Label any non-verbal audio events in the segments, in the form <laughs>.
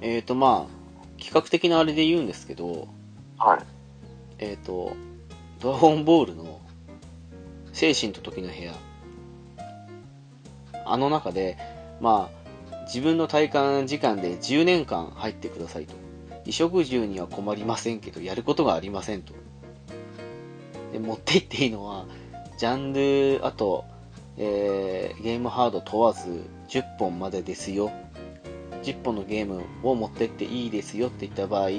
えっ、ー、とまあ企画的なあれで言うんですけどはい。えっ、と「ドラゴンボール」の「精神と時の部屋」あの中でまあ自分の体感時間で10年間入ってくださいと衣食住には困りませんけどやることがありませんとで持っていっていいのはジャンルあと、えーゲームハード問わず10本までですよ10本のゲームを持ってっていいですよって言った場合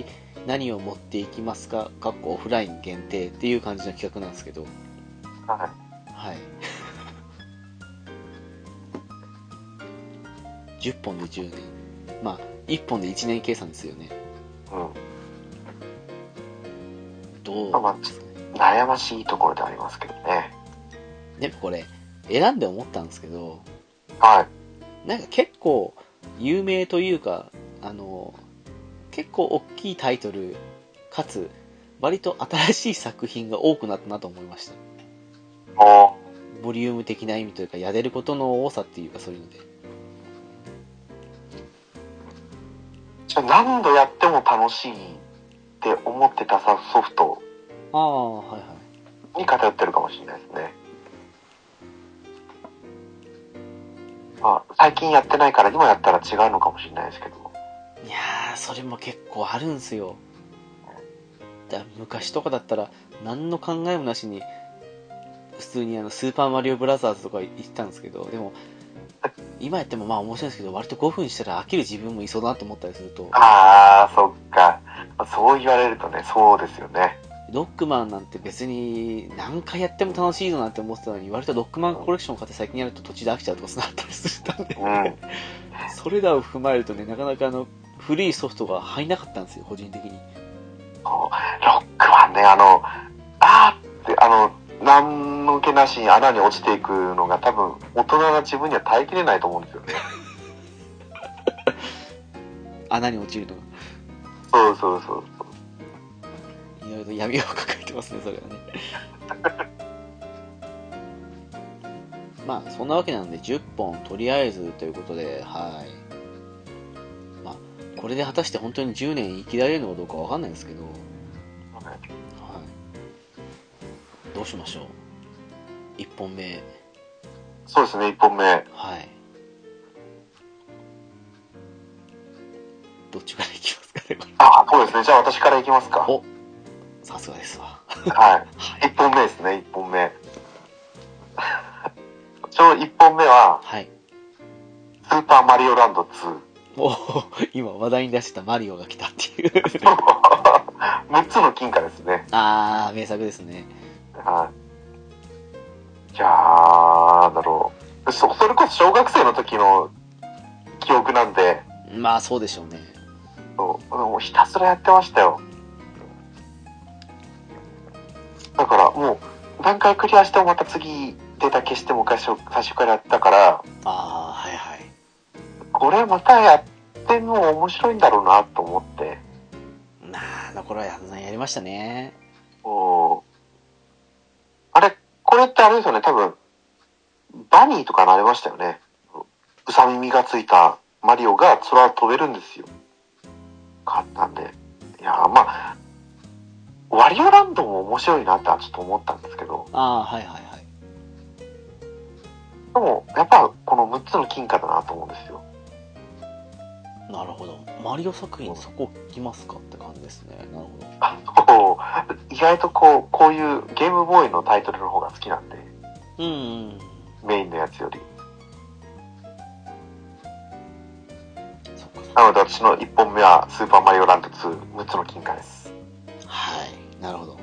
何を持っていきますかかっこオフライン限定っていう感じの企画なんですけどははい10本で10年まあ1本で1年計算ですよねい。うどうまあまん。悩ましいところでありますけどね。でもこれ選んで思ったんですけどはい。なんか結構有名というかあの結構大きいタイトルかつ割と新しい作品が多くなったなと思いましたおボリューム的な意味というかやれることの多さっていうかそういうのでじゃあ何度やっても楽しいって思ってたさソフトああはいはいに偏ってるかもしれないですね。まあ、最近やってないから今やったら違うのかもしれないですけど。いやーそれも結構あるんすよだ昔とかだったら何の考えもなしに普通にあのスーパーマリオブラザーズとか行ったんですけどでも今やってもまあ面白いんですけど割と5分したら飽きる自分もいそうだなと思ったりするとああ、そっか。そう言われるとね、そうですよね。ロックマンなんて別に何回やっても楽しいのなんて思ってたのに割とロックマンコレクションを買って最近やると途中で飽きちゃうとかそうなったりするんでうん。はい。それらを踏まえるとねなかなかあの古いソフトが入んなかったんですよ個人的にロックはね、あの、あーって、あの、何の気なしに穴に落ちていくのが多分、大人な自分には耐えきれないと思うんですよね。穴に落ちるのがそうそうそうそう。いろいろ闇を抱えてますね、それはね。 <laughs> まあ、そんなわけなんで、10本とりあえずということで、はい。まあ、これで果たして本当に10年生きられるのかどうかわかんないですけど、はい。どうしましょう。1本目、そうですね、1本目。はい。どっちからいきますかね、これ。ああ、そうですね。じゃあ私からいきますか。おさすがですわ。ははいい。。1本目ですね、1本目。 <laughs> ちょうど1本目は、はい。スーパーマリオランド2。 <laughs> おー今話題に出してたマリオが来たっていう6つの金貨ですね。ああ名作ですねはい。いやー、なんだろう。そ、それこそ小学生の時の記憶なんで、まあそうでしょうねそうもうひたすらやってましたよ。だからもう、何回クリアしてもまた次、データ消してもう一回しょ最初からやったから、ああはいはいこれまたやっても面白いんだろうなと思って、まああの頃はやんなやりましたねこうあれ、これってあれですよね、多分、バニーとかなれましたよね。うさ耳がついたマリオが空を飛べるんですよ。簡単で。いやーまあ、ワリオランドも面白いなってはちょっと思ったんですけど、ああ、はいはいはい。でも、やっぱこの6つの金貨だなと思うんですよ。なるほど。マリオ作品そこ来ますかって感じですね。なるほど。こう意外とこう、こういうゲームボーイのタイトルの方が好きなんで、うんうん。メインのやつより。そっかそっか。なので私の1本目はスーパーマリオランド2、6つの金貨です。はい。なるほど。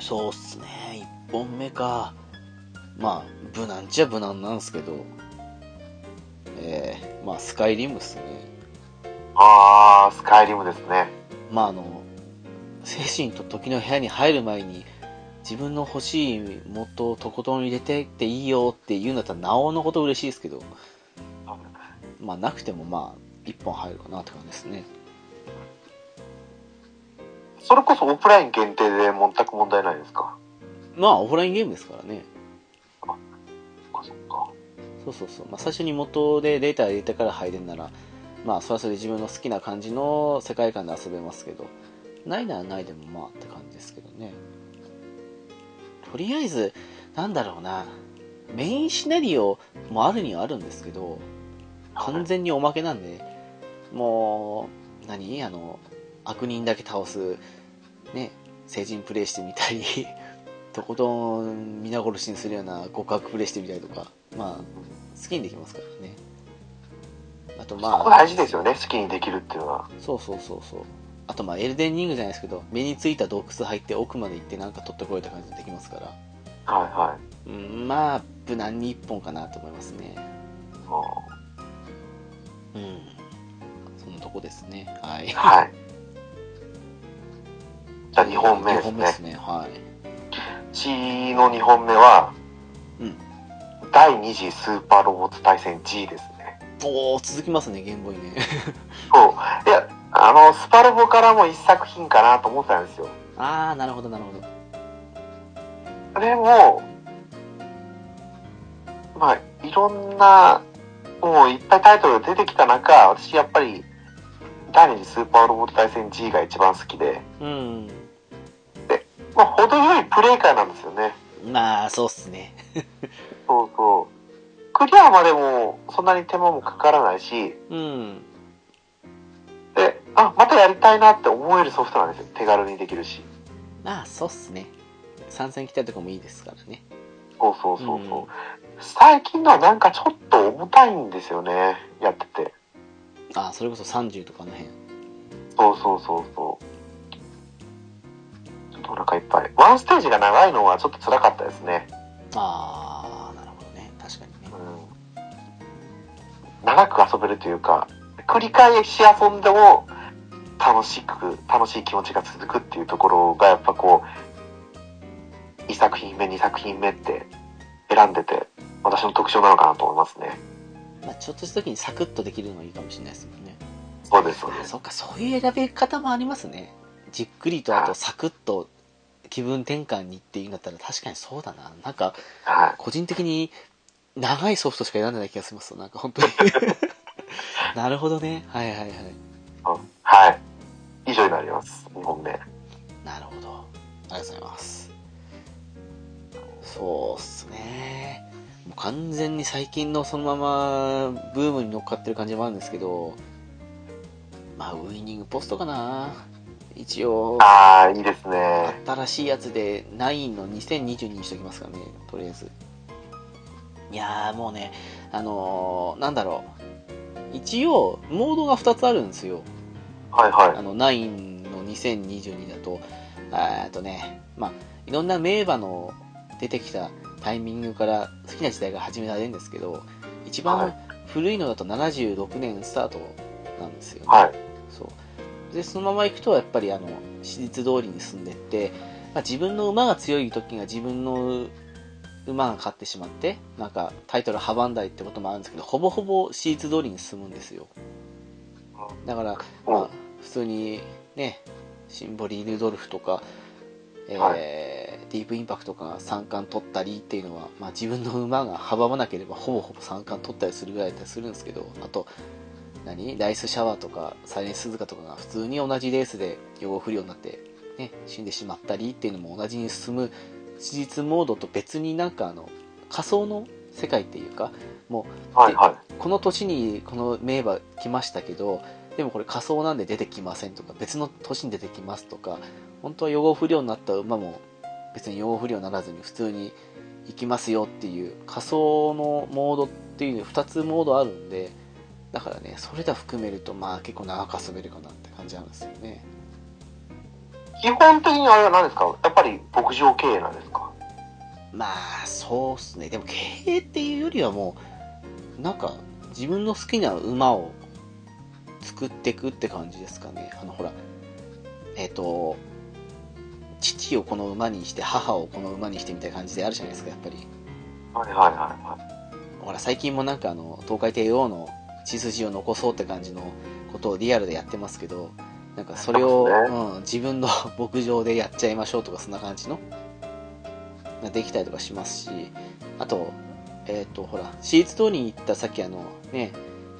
そうっすね。1本目か。まあ、無難っちゃ無難なんですけど。えー、まあ、スカイリムっすね。あー、スカイリムですね。まあ、あの、精神と時の部屋に入る前に、自分の欲しい元をとことん入れてっていいよって言うんだったら、なおのこと嬉しいですけど、まあ、なくてもまあ、1本入るかなって感じですね。それこそオフライン限定で全く問題ないですか。まあ、オフラインゲームですからね。そっかそっか。そうそうそう、まあ、最初に元でデータ入れてから入れんならまあそれはそれで自分の好きな感じの世界観で遊べますけどないならないでもまあって感じですけどねとりあえずなんだろうなメインシナリオもあるにはあるんですけど完全におまけなんでもう何あの悪人だけ倒すね成人プレイしてみたり <laughs> とことん皆殺しにするような互角プレイしてみたりとかまあ好きにできますからねあとまあそこ大事ですよね、好きにできるっていうのは。そうそうそうそうあとまあエルデンリングじゃないですけど目についた洞窟入って奥まで行ってなんか取ってこいって感じでできますからはいはい。うんまあ無難に1本かなと思いますねもうんそんなとこですねはいうはい。じゃあ2本目で二す本目でねす。ねはい1の2本目は、うん第2次スーパーロボット対戦 G ですね。おー続きますねゲームボーイね <laughs> そう。いや、あの、スパロボからも1作品かなと思ったんですよ。ああなるほどなるほどでも、まあ、いろんな、もういっぱいタイトル出てきた中、私やっぱり、第2次スーパーロボット対戦 G が一番好きで、うんまあ、程よいプレイ感なんですよね。まあそうっすねそうそう。クリアまでも、そんなに手間もかからないし、うんで、あ、またやりたいなって思えるソフトなんですよ。手軽にできるし。まあそうっすね参戦来たとかもいいですからねそうそうそうそう。うん最近のはなんかちょっと重たいんですよね。やってて。ああそれこそ30とかあの辺そうそうそうそう。ちょっとお腹いっぱい。ワンステージが長いのはちょっと辛かったですね。ああなるほどね確かにねうん。長く遊べるというか、繰り返し遊んでも楽しく、楽しい気持ちが続くっていうところがやっぱこう、1作品目、2作品目って選んでて、私の特徴なのかなと思いますね。まあ、ちょっとした時にサクッとできるのがいいかもしれないですもんねそうです、そうですあ。そっかそういう選び方もありますねじっくりとあとサクッと気分転換にっていうんだったら確かにそうだななんかはい。個人的に長いソフトしか選んでない気がしますなんか本当になるほどねはいはいはいはい。以上になります。2本目。なるほどありがとうございますそうっすねもう完全に最近のそのままブームに乗っかってる感じもあるんですけどまあウイニングポストかな一応ああ、いいですね。新しいやつで9の2022にしときますからねとりあえずいやーもうねあのーなんだろう一応モードが2つあるんですよはいはあい。の9の2022だと、あーっとね、まあ、いろんな名馬の出てきたタイミングから好きな時代が始められるんですけど、一は番い古いのだと76年スタートなんですよね。はい。そうでそのまま行くとやっぱりあの史実通りに進んでいって、まあ、自分の馬が強い時が自分の馬が勝ってしまってなんかタイトル阻んだりってこともあるんですけどほぼほぼ史実通りに進むんですよだから、まあ、普通にねシンボリ・ルドルフとか、えーはいディープインパクトが三冠取ったりっていうのは、まあ、自分の馬が阻まなければほぼほぼ三冠取ったりするぐらいだったりするんですけどあと何ライスシャワーとかサイレンスズカとかが普通に同じレースで予防不良になって、ね、死んでしまったりっていうのも同じに進む史実モードと別になんかあの仮想の世界っていうかはいはい。この年にこの名馬来ましたけどでもこれ仮想なんで出てきませんとか別の年に出てきますとか本当は予防不良になった馬も別に予防不良にならずに普通に行きますよっていう仮想のモードっていうの2つモードあるんでだからねそれら含めるとまあ結構長く遊べるかなって感じなんですよね基本的にあれは何ですかやっぱり牧場経営なんですかまあそうっすねでも経営っていうよりはもうなんか自分の好きな馬を作っていくって感じですかねあのほらえっ、と父をこの馬にして母をこの馬にしてみたいな感じであるじゃないですかやっぱりはいはいはいはい。ほら最近もなんかあの東海帝王の血筋を残そうって感じのことをリアルでやってますけどなんかそれを、やってうん、自分の牧場でやっちゃいましょうとかそんな感じのができたりとかしますしあとえっ、とほらシーツ島に行ったさっきあのね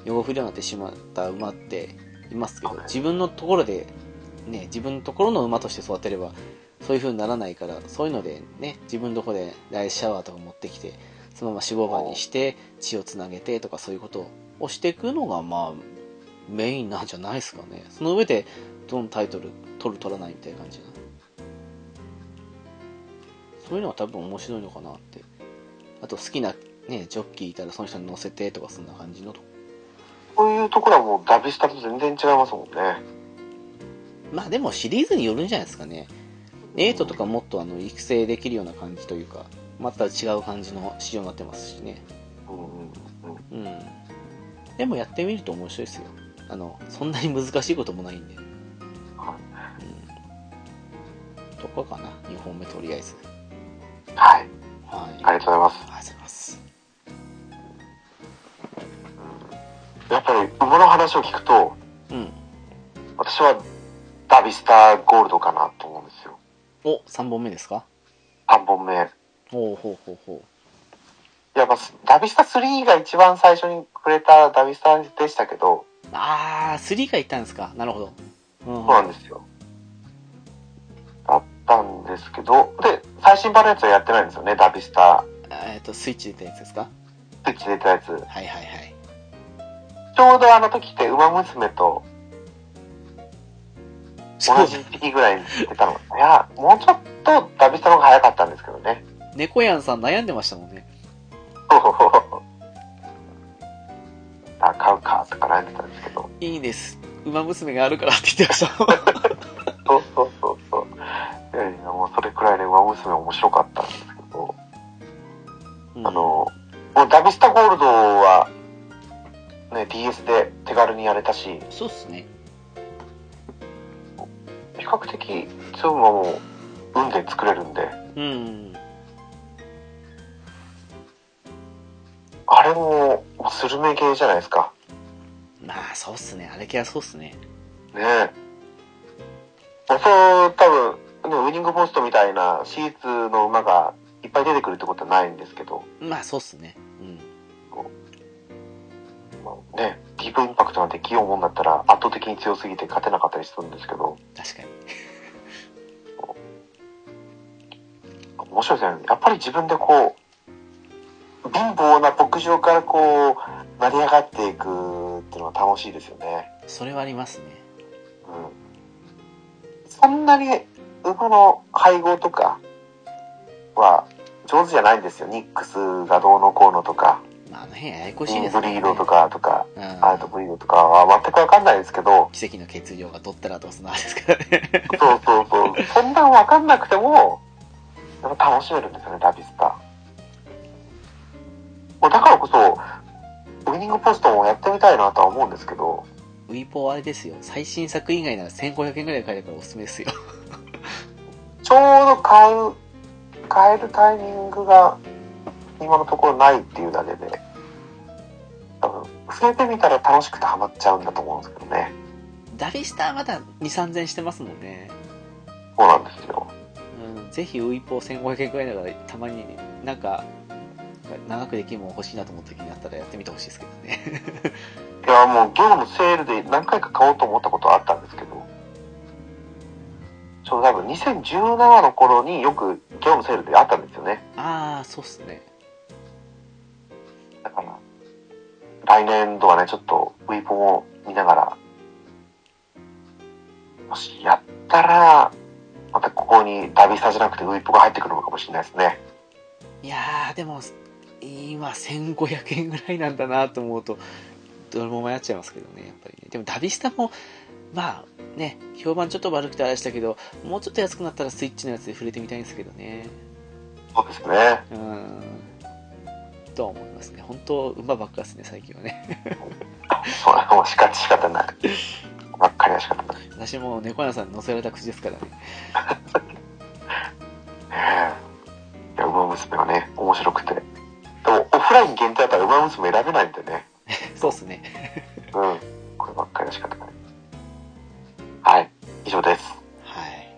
予防不良になってしまった馬っていますけどはい自分のところでね自分のところの馬として育てればそういう風にならないからそういうのでね自分のとこでライスシャワーとか持ってきてそのまま脂肪馬にして血をつなげてとかそういうことをしていくのがまあメインなんじゃないですかねその上でどのタイトル取る取らないみたいな感じなそういうのは多分面白いのかなってあと好きなねジョッキーいたらその人に乗せてとかそんな感じのとこういうところはもうダビスタと全然違いますもんね。まあでもシリーズによるんじゃないですかねエイトとかもっとあの育成できるような感じというかまた違う感じの仕様になってますしねうんうんうん。うんでもやってみると面白いですよあのそんなに難しいこともないんで、はうん、とかかな2本目とりあえずはい。はいありがとうございます。ありがとうございますやっぱり馬の話を聞くと、うん私はダビスタゴールドかなと思うんですよ。お3本目ですか3本目。ほうほうほうほやっぱダビスタ3が一番最初に触れたダビスタでしたけど、うああ3がいったんですかなるほどうんそうなんですよ。だったんですけど、で、最新版のやつはやってないんですよね、ダビスタ。えっとスイッチ出たやつですかスイッチ出たやつ。はいはいはいちょうどあの時って、馬娘とそ同うじ時期ぐらいに出たの。いや、もうちょっとダビスタの方が早かったんですけどね。 <laughs> 猫やんさん悩んでましたもんねあ、買うか、とか悩んでたんですけど。いいです馬娘があるからって言ってましたそうそうそうそう。いやいや、もうそれくらいで馬娘面白かったんですけど、うん <laughs> あの、もうダビスタゴールドは、ね、DS で手軽にやれたし、そうっすね比較的、ツームはもう、運で作れるんで、うんあれも、スルメ系じゃないですか。まあそうっすねあれ系はそうっすねねえ。まあそう、多分、ね、ウィニングポストみたいなシーツの馬がいっぱい出てくるってことはないんですけど、まあそうっすねうんまあね、ディープインパクトなんて器用もんだったら圧倒的に強すぎて勝てなかったりするんですけど、確かに面白いですよね。やっぱり自分でこう、貧乏な牧場からこう、成り上がっていくっていうのは楽しいですよね。それはありますねうん。そんなに馬の配合とかは上手じゃないんですよ。ニックスがどうのこうのとか、まああの辺ややこイしいンですブからリねードとかとか、うんアートブリードとかは全くわかんないですけど、奇跡の血量が取ったらどうすんのあれですからね <laughs> そうそうそう。そんなん分かんなくても、やっぱ楽しめるんですよね、ダビスタ。もうだからこそ、ウィニングポストもやってみたいなとは思うんですけど、ウィポーあれですよ最新作以外なら1500円ぐらいで買えるからおすすめですよちょうど買う、買えるタイミングが今のところないっていうだけで、多分、触れてみたら楽しくてハマっちゃうんだと思うんですけどね。ダビスターまだ23000してますもんねそうなんですよ。うんぜひウイポー1500円くらいだからたまになんかか長くできるもん欲しいなと思った時になったらやってみてほしいですけどねいや、もうゲームセールで何回か買おうと思ったことはあったんですけど、ちょうど多分2017の頃によくゲームセールであったんですよね。ああそうっすねだから、来年度はね、ちょっとウィポも見ながら、もしやったら、またここにダビスタじゃなくてウィポが入ってくるのかもしれないですね。いやーでも今1500円ぐらいなんだなと思うとどれも迷っちゃいますけどねやっぱりねでもダビスタもまあね評判ちょっと悪くてあれでしたけどもうちょっと安くなったらスイッチのやつで触れてみたいんですけどねそうですね。うーんとは思いますね本当馬ばっかですね最近はね <laughs> それはもう仕方仕方ない。ばっかりは仕方ない。私も猫屋さんに乗せられた口ですからねねえいや、ウマ娘はね、面白くて。でも、オフライン限定だったらウマ娘選べないんでね。そうっすねうん。こればっかりは仕方ない。はい。以上です。はい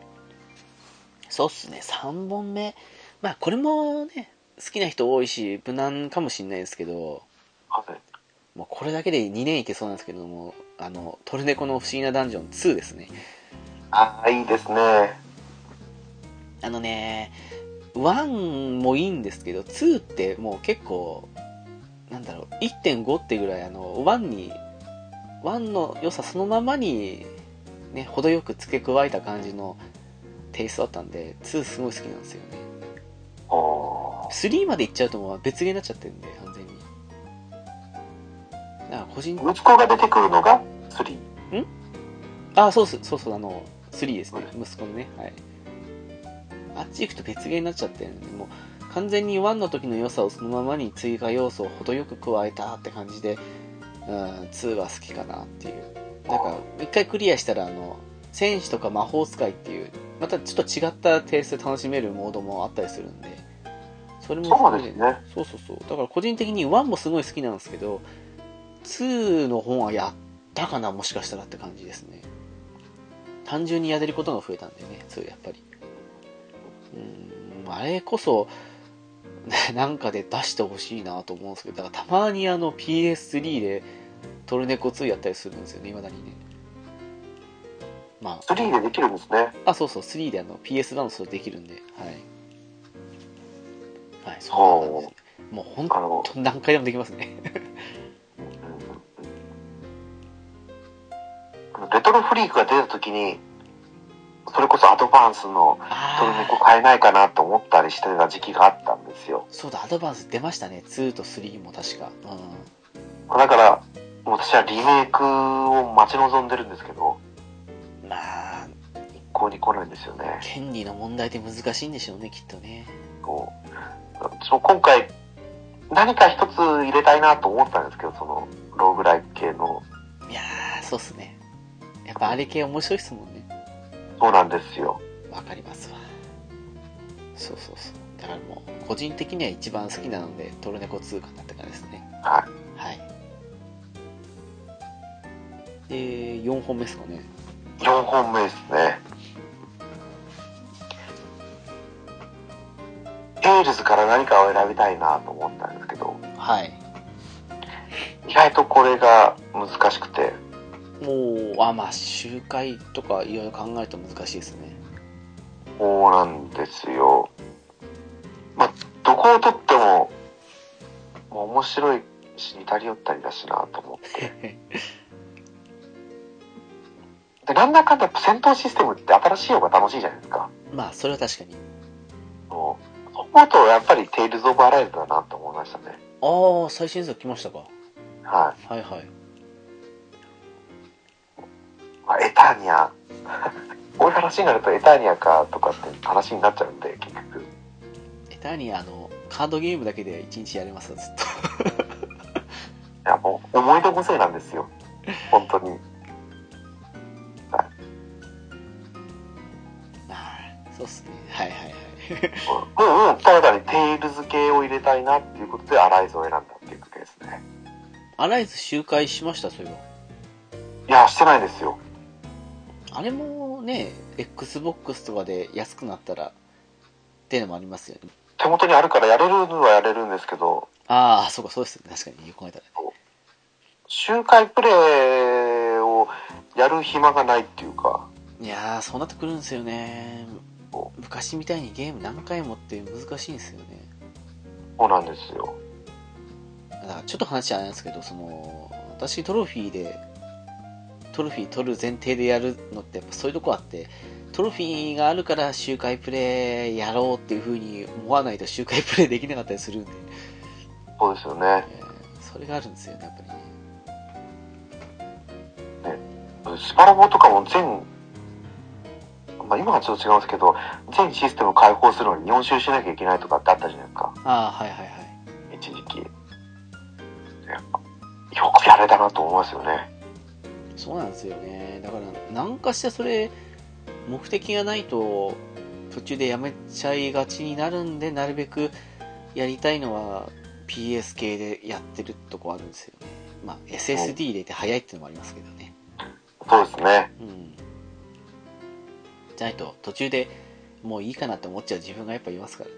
そうっすね3本目まあこれもね好きな人多いし無難かもしんないですけどはい。もうこれだけで2年いけそうなんですけども、あの、トルネコの不思議なダンジョン2ですね。ああ、いいですね。あのね、1もいいんですけど、2ってもう結構、なんだろう、1.5ってぐらい、あの、1に、1の良さそのままに、ね、程よく付け加えた感じのテイストだったんで、2すごい好きなんですよね。おお3までいっちゃうともう別ゲーになっちゃってるんで、完全に。だから個人ー。息子が出てくるのが3。あ、そうそう、そうそう、あの、3ですね。息子のね。はい。あっち行くと別ゲーになっちゃってるんで、もう、完全に1の時の良さをそのままに追加要素を程よく加えたって感じで、うん、2は好きかなっていう。なんか、一回クリアしたら、あの、戦士とか魔法使いっていう、またちょっと違ったテイストで楽しめるモードもあったりするんで、それもそうですね。そうそうそう。だから個人的に1もすごい好きなんですけど、2の方はやったかな、もしかしたらって感じですね。単純にやれることが増えたんだよね、2やっぱり。うーん、あれこそ、 <laughs> ねなんかで出してほしいなと思うんですけど、だからたまにあの PS3 でトルネコ2やったりするんですよね、未だにね。ま3でできるんですね。あ、あ、そうそう、3であの PS ダウンそれできるんで、はい。はい、そうなんですよほもう本う。あの、当何回でもできますね。レトロフリークが出た時に、それこそアドバンスのトルネあコあ、買えないかなと思ったりしてた時期があったんですよ。そうだ、アドバンス出ましたね、2と3も確か。うん。だから、もう私はリメイクを待ち望んでるんですけど、まあ、一向に来ないんですよね。権利の問題って難しいんでしょうね、きっとね。こうそう今回、何か一つ入れたいなと思ったんですけど、その、ローグライク系の。いやー、そうっすね。やっぱあれ系面白いっすもんね。そうなんですよ。わかりますわ。そうそうそう。だからもう、個人的には一番好きなので、トルネコ2かなって感じですね。はい。はい。で、4本目ですかね。 4本目ですね。エールズから何かを選びたいなと思ったんですけど、はい。意外とこれが難しくて、もう、あ、まあ、周回とかいろいろ考えると難しいですね。そうなんですよ。まあ、どこを取っても、まあ面白いし、似たり寄ったりだしなと思って。で、なんだかんだやっぱ戦闘システムって新しい方が楽しいじゃないですか。まあ、それは確かに。もうそう思うと、やっぱりテイルズ・オブ・アライズだなと思いましたね。ああ、最新作来ましたか。ははいはい。い。まあ、エターニア。 <laughs> こういう話になるとエターニアかとかって話になっちゃうんで、結局。エターニア、あの、カードゲームだけで1日やれます、ずっ <laughs> と。いやもう思い出ごせなんですよ本当にああ、そうっすね。はいはいはい。うんうんただ単にテイルズ系を入れたいなっていうことでアライズを選んだっていうわけですねアライズ周回しました、そういえいやしてないですよば。あれもね、XBOX とかで安くなったら、っていうのもありますよね。手元にあるからやれるのはやれるんですけど、ああ、そうか、そうですね。確かに、よく考えたらね。周回プレイをやる暇がないっていうか、いやー、そうなってくるんですよね。昔みたいにゲーム何回もって難しいんですよね。そうなんですよ。だからちょっと話あれなんですけど、その、私トロフィーで、トロフィー取る前提でやるのって、やっぱそういうとこあって、トロフィーがあるから周回プレイやろうっていう風に思わないと周回プレイできなかったりするんで、そうですよね。えーそれがあるんですよね、やっぱりね。スパロボとかも全、まあ今はちょっと違うんですけど、全システム開放するのに4周しなきゃいけないとかってあったじゃないですか。ああ、はいはいはい。一時期。やっぱよくやれたなと思いますよね。そうなんですよね。だから、なんかしてそれ、目的がないと、途中でやめちゃいがちになるんで、なるべくやりたいのは PS 系でやってるとこあるんですよね。まあ、SSD 入れて早いっていうのもありますけどね。そうですね。うん。じゃないと、途中でもういいかなって思っちゃう自分がやっぱいますからね。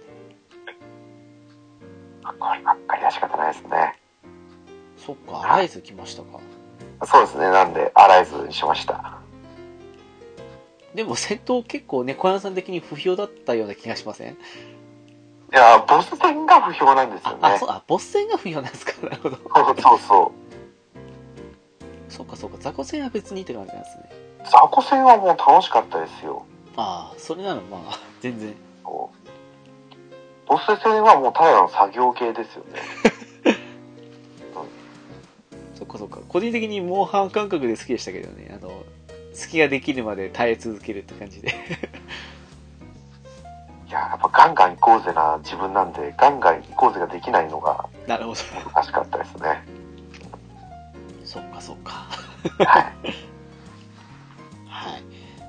こればっかりは仕方ないですね。そっか、アライズ来ましたか。そうですね。なんで、アライズにしました。でも戦闘結構ね、小山さん的に不評だったような気がしませんいや、ボス戦が不評なんですよあね、。あ、そう、あ、ボス戦が不要なんですか。なるほど。そうそうそう。そうか、そうか、雑魚戦は別にって感じなんですね。雑魚戦はもう楽しかったですよ。ああ、それならまあ、 <laughs> 全然。こうボス戦はもうただの作業系ですよね。そっかそっか。個人的にモンハン感覚で好きでしたけどね。あの、隙ができるまで耐え続けるって感じで。いや、やっぱガンガン行こうぜな自分なんで、ガンガン行こうぜができないのが <laughs> なるほど。難しかったですね。そっかそっか。 <laughs> はい。はい。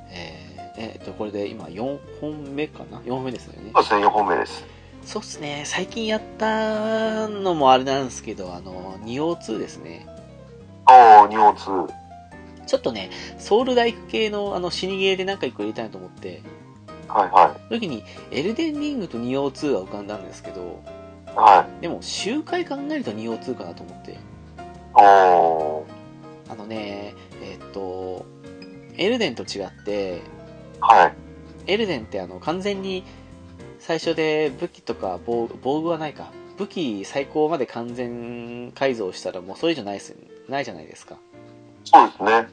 えー、えーっと、これで今4本目かな ?4 本目ですよね。そうですね、4本目です。そうっすね。最近やったのもあれなんですけど、あの、2 o 2ですね。おー、2 o 2。ちょっとね、ソウルライフ系のあの死にゲーでなんか一個入れたいなと思って、はいはその時にエルデンリングと 2O2 は浮かんだんですけど、い。はい。でも周回考えると 2O2 かなと思って。おー。あのね、えっと、エルデンと違って、はい。エルデンってあの完全に最初で武器とか防防具はないか。武器最高まで完全改造したらもうそれ以上ないっすないじゃないですか。そうですね。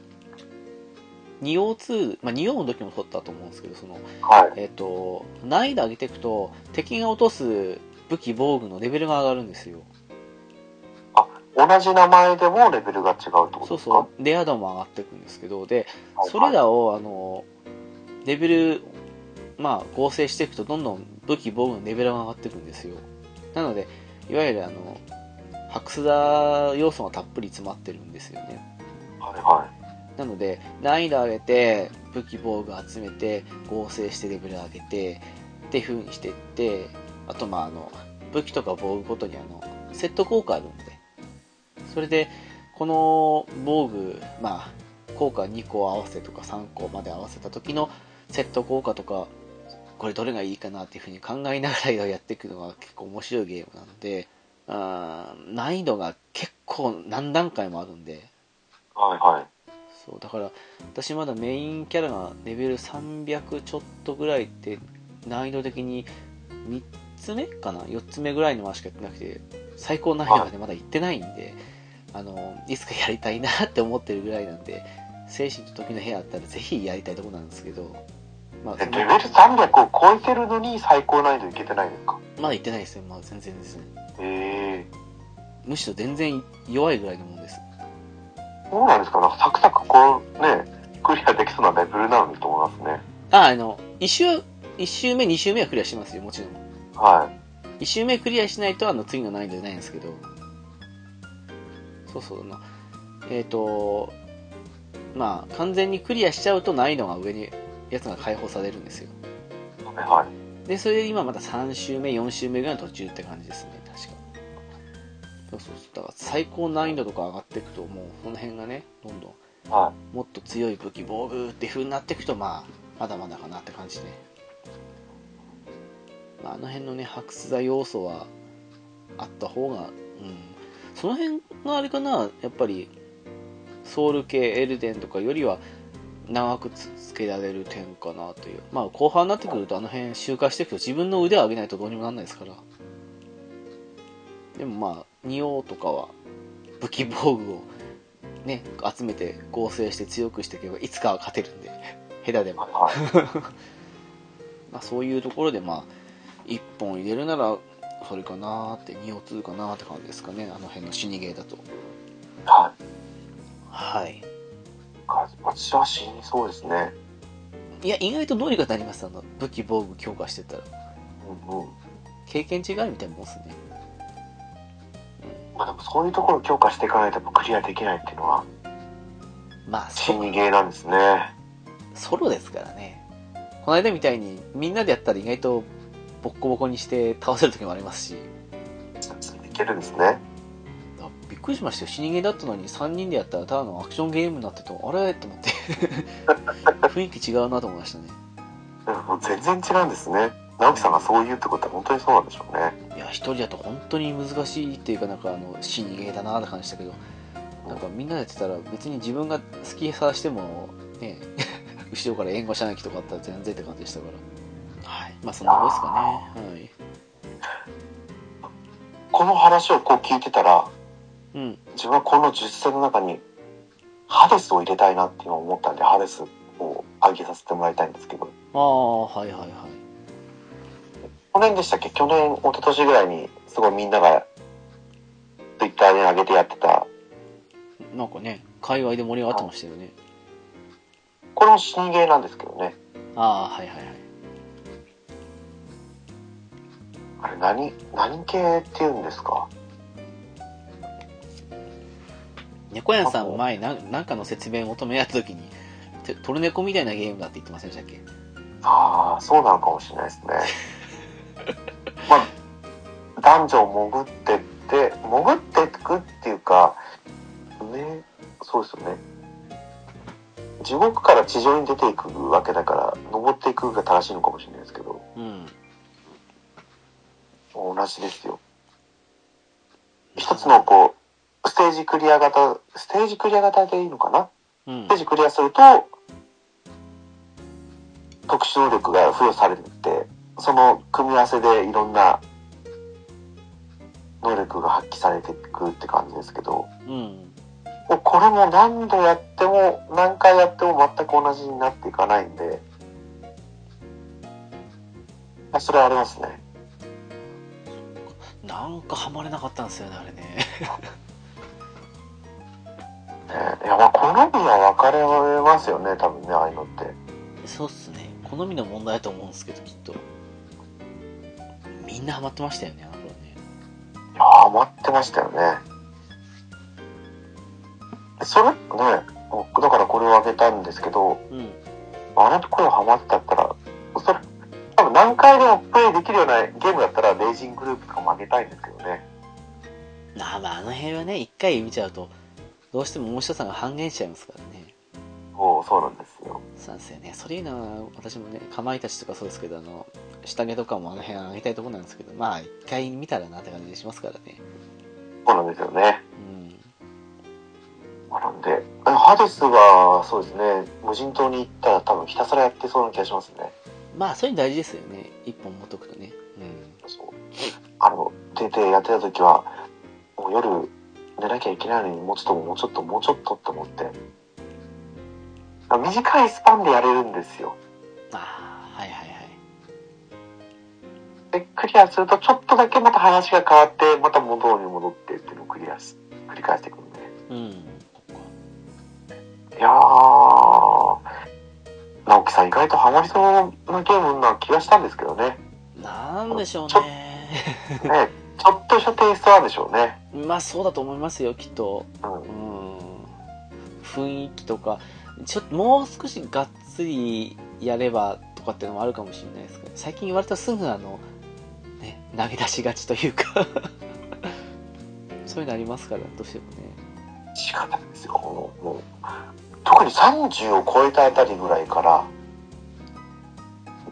2O2、まあ 2O の時も取ったと思うんですけど、その、はい。えっ、と、難易度上げていくと、敵が落とす武器、防具のレベルが上がるんですよ。同じ名前でもレベルが違うってことですかそうそう、レア度も上がっていくんですけど、で、それだらを、あの、レベル、まあ、合成していくと、どんどん武器、防具のレベルが上がっていくんですよ。なので、いわゆる、あの、白スダ要素がたっぷり詰まってるんですよね。はいはなので難易度上げて武器防具集めて合成してレベル上げてって風にしてってあとまああの武器とか防具ごとにあのセット効果あるんでそれでこの防具まあ効果2個合わせとか3個まで合わせた時のセット効果とかこれどれがいいかなっていう風に考えながらやっていくのが結構面白いゲームなんであー難易度が結構何段階もあるんでい。はいはい。そうだから私まだメインキャラがレベル300ちょっとぐらいって難易度的に3つ目かな4つ目ぐらいのましかやってなくて最高難易度までまだ行ってないんで、あのいつかやりたいなって思ってるぐらいなんで精神と時の部屋あったらぜひやりたいとこなんですけどまあえそレのベル300を超えてるのに最高難易度いけてないんですかまだ行ってないですねまだ全然ですねええむしろ全然弱いぐらいのもんですそうなんですかなんかサクサクこうね、クリアできそうなレベルなのにと思いますね。ああの1周1周目2周目はクリアしますよもちろんはい。 1周目クリアしないとあの次の難易度じゃないんですけどそうそうあのえっ、とまあ完全にクリアしちゃうと難易度が上にやつが解放されるんですよはいはい。でそれで今また3周目4周目ぐらいの途中って感じですね確かそうそうそうだから最高難易度とか上がっていくともうその辺がねどんどんはもっと強い武器防具って風になっていくとまあまだまだかなって感じで、まあ、あの辺のね白須座要素はあった方が、うん、その辺があれかなやっぱりソウル系エルデンとかよりは長くつつけられる点かなというまあ後半になってくるとあの辺周回していくと自分の腕を上げないとどうにもなんないですからでもまあ仁王とかは武器防具をね集めて合成して強くしていけばいつかは勝てるんで下手でもはいまあ、そういうところで、まあ、1本入れるならそれかなーって2を2かなーって感じですかねあの辺の死にゲーだとはいはい私は死にそうですねいや意外とどうにかなりますあの武器防具強化してったらうんうん経験違いみたいなもんっすねまあでもそういうところを強化していかないとやっぱクリアできないっていうのはまあ死そうにゲーなんですねソロですからねこの間みたいにみんなでやったら意外とボッコボコにして倒せる時もありますしいけるんですねあびっくりしましたよ死にゲーだったのに3人でやったらただのアクションゲームになっててあれと思って <laughs> 雰囲気違うなと思いましたねでももう全然違うんですね直樹さんがそう言うってことは本当にそうなんでしょうねいや一人だと本当に難しいっていうかなんかあの死にゲーだなって感じしたけどなんかみんなでやってたら別に自分が好きさしてもね <laughs> 後ろから援護射撃とかあったら全然って感じでしたからはいまあそんなことですかねはいこの話をこう聞いてたらうん自分はこの10戦の中にハデスを入れたいなっていうのを思ったんでハデスを上げさせてもらいたいんですけどああはいはいはい去年でしたっけ去年一昨年ぐらいにすごいみんながツイッターで上げてやってたなんかね界隈で盛り上がってましたよねこれも死にゲーなんですけどねああはいはいはいあれ何何系っていうんですか猫屋さん前なんなんかの説明を求めやった時にてトルネコみたいなゲームだって言ってませんでしたっけああそうなのかもしれないですねまあダンジョンを潜ってって潜っていくっていうかねそうですよね地獄から地上に出ていくわけだから登っていくが正しいのかもしれないですけどうん同じですよ一つのこうステージクリア型ステージクリア型でいいのかなうんステージクリアすると特殊能力が付与されててその組み合わせでいろんな能力が発揮されていくって感じですけどもうんうこれも何度やっても何回やっても全く同じになっていかないんであそれはありますねなんかハマれなかったんですよねあれねねいやまあ好みは分かれますよね多分ねああいうのってそうっすね好みの問題だと思うんですけどきっとみんなハマってましたよねあの頃ねいやー待ってましたよねそれねおだからこれをあげたんですけどうんあのところハマってたったらそれ多分何回でもプレイできるようなゲームだったらレイジングループとかもあげたいんですけどねまあまああの辺はね一回見ちゃうとどうしても面白さが半減しちゃいますからねおうそうなんですよそうなんですよねそれいうのは私もねかまいたちとかそうですけどあの下着とかもあの辺上げたいところなんですけどまあ一回見たらなって感じしますからねそうなんですよねうんまあなんでえハデスはそうですね無人島に行ったら多分ひたすらやってそうな気がしますねまあそういうの大事ですよね一本持っとくとねうんそうあの出てやってた時はもう夜寝なきゃいけないのにもうちょっともうちょっともうちょっとって思ってあ短いスパンでやれるんですよああはいはいはいでクリアするとちょっとだけまた話が変わってまた戻ろうに戻ってっていうのをクリアし繰り返していくんでうんそっかいやー直樹さん意外とハマりそうなゲームな気がしたんですけどねなんでしょう <laughs> ねねちょっとしたテイストなんでしょうねまあそうだと思いますよきっとうんうーん雰囲気とかちょっともう少しがっつりやればとかっていうのもあるかもしれないですけど最近言われたすぐあの、ね、投げ出しがちというか <laughs> そういうのありますからどうしてもね仕方ないですよもうもう特に30を超えたあたりぐらいから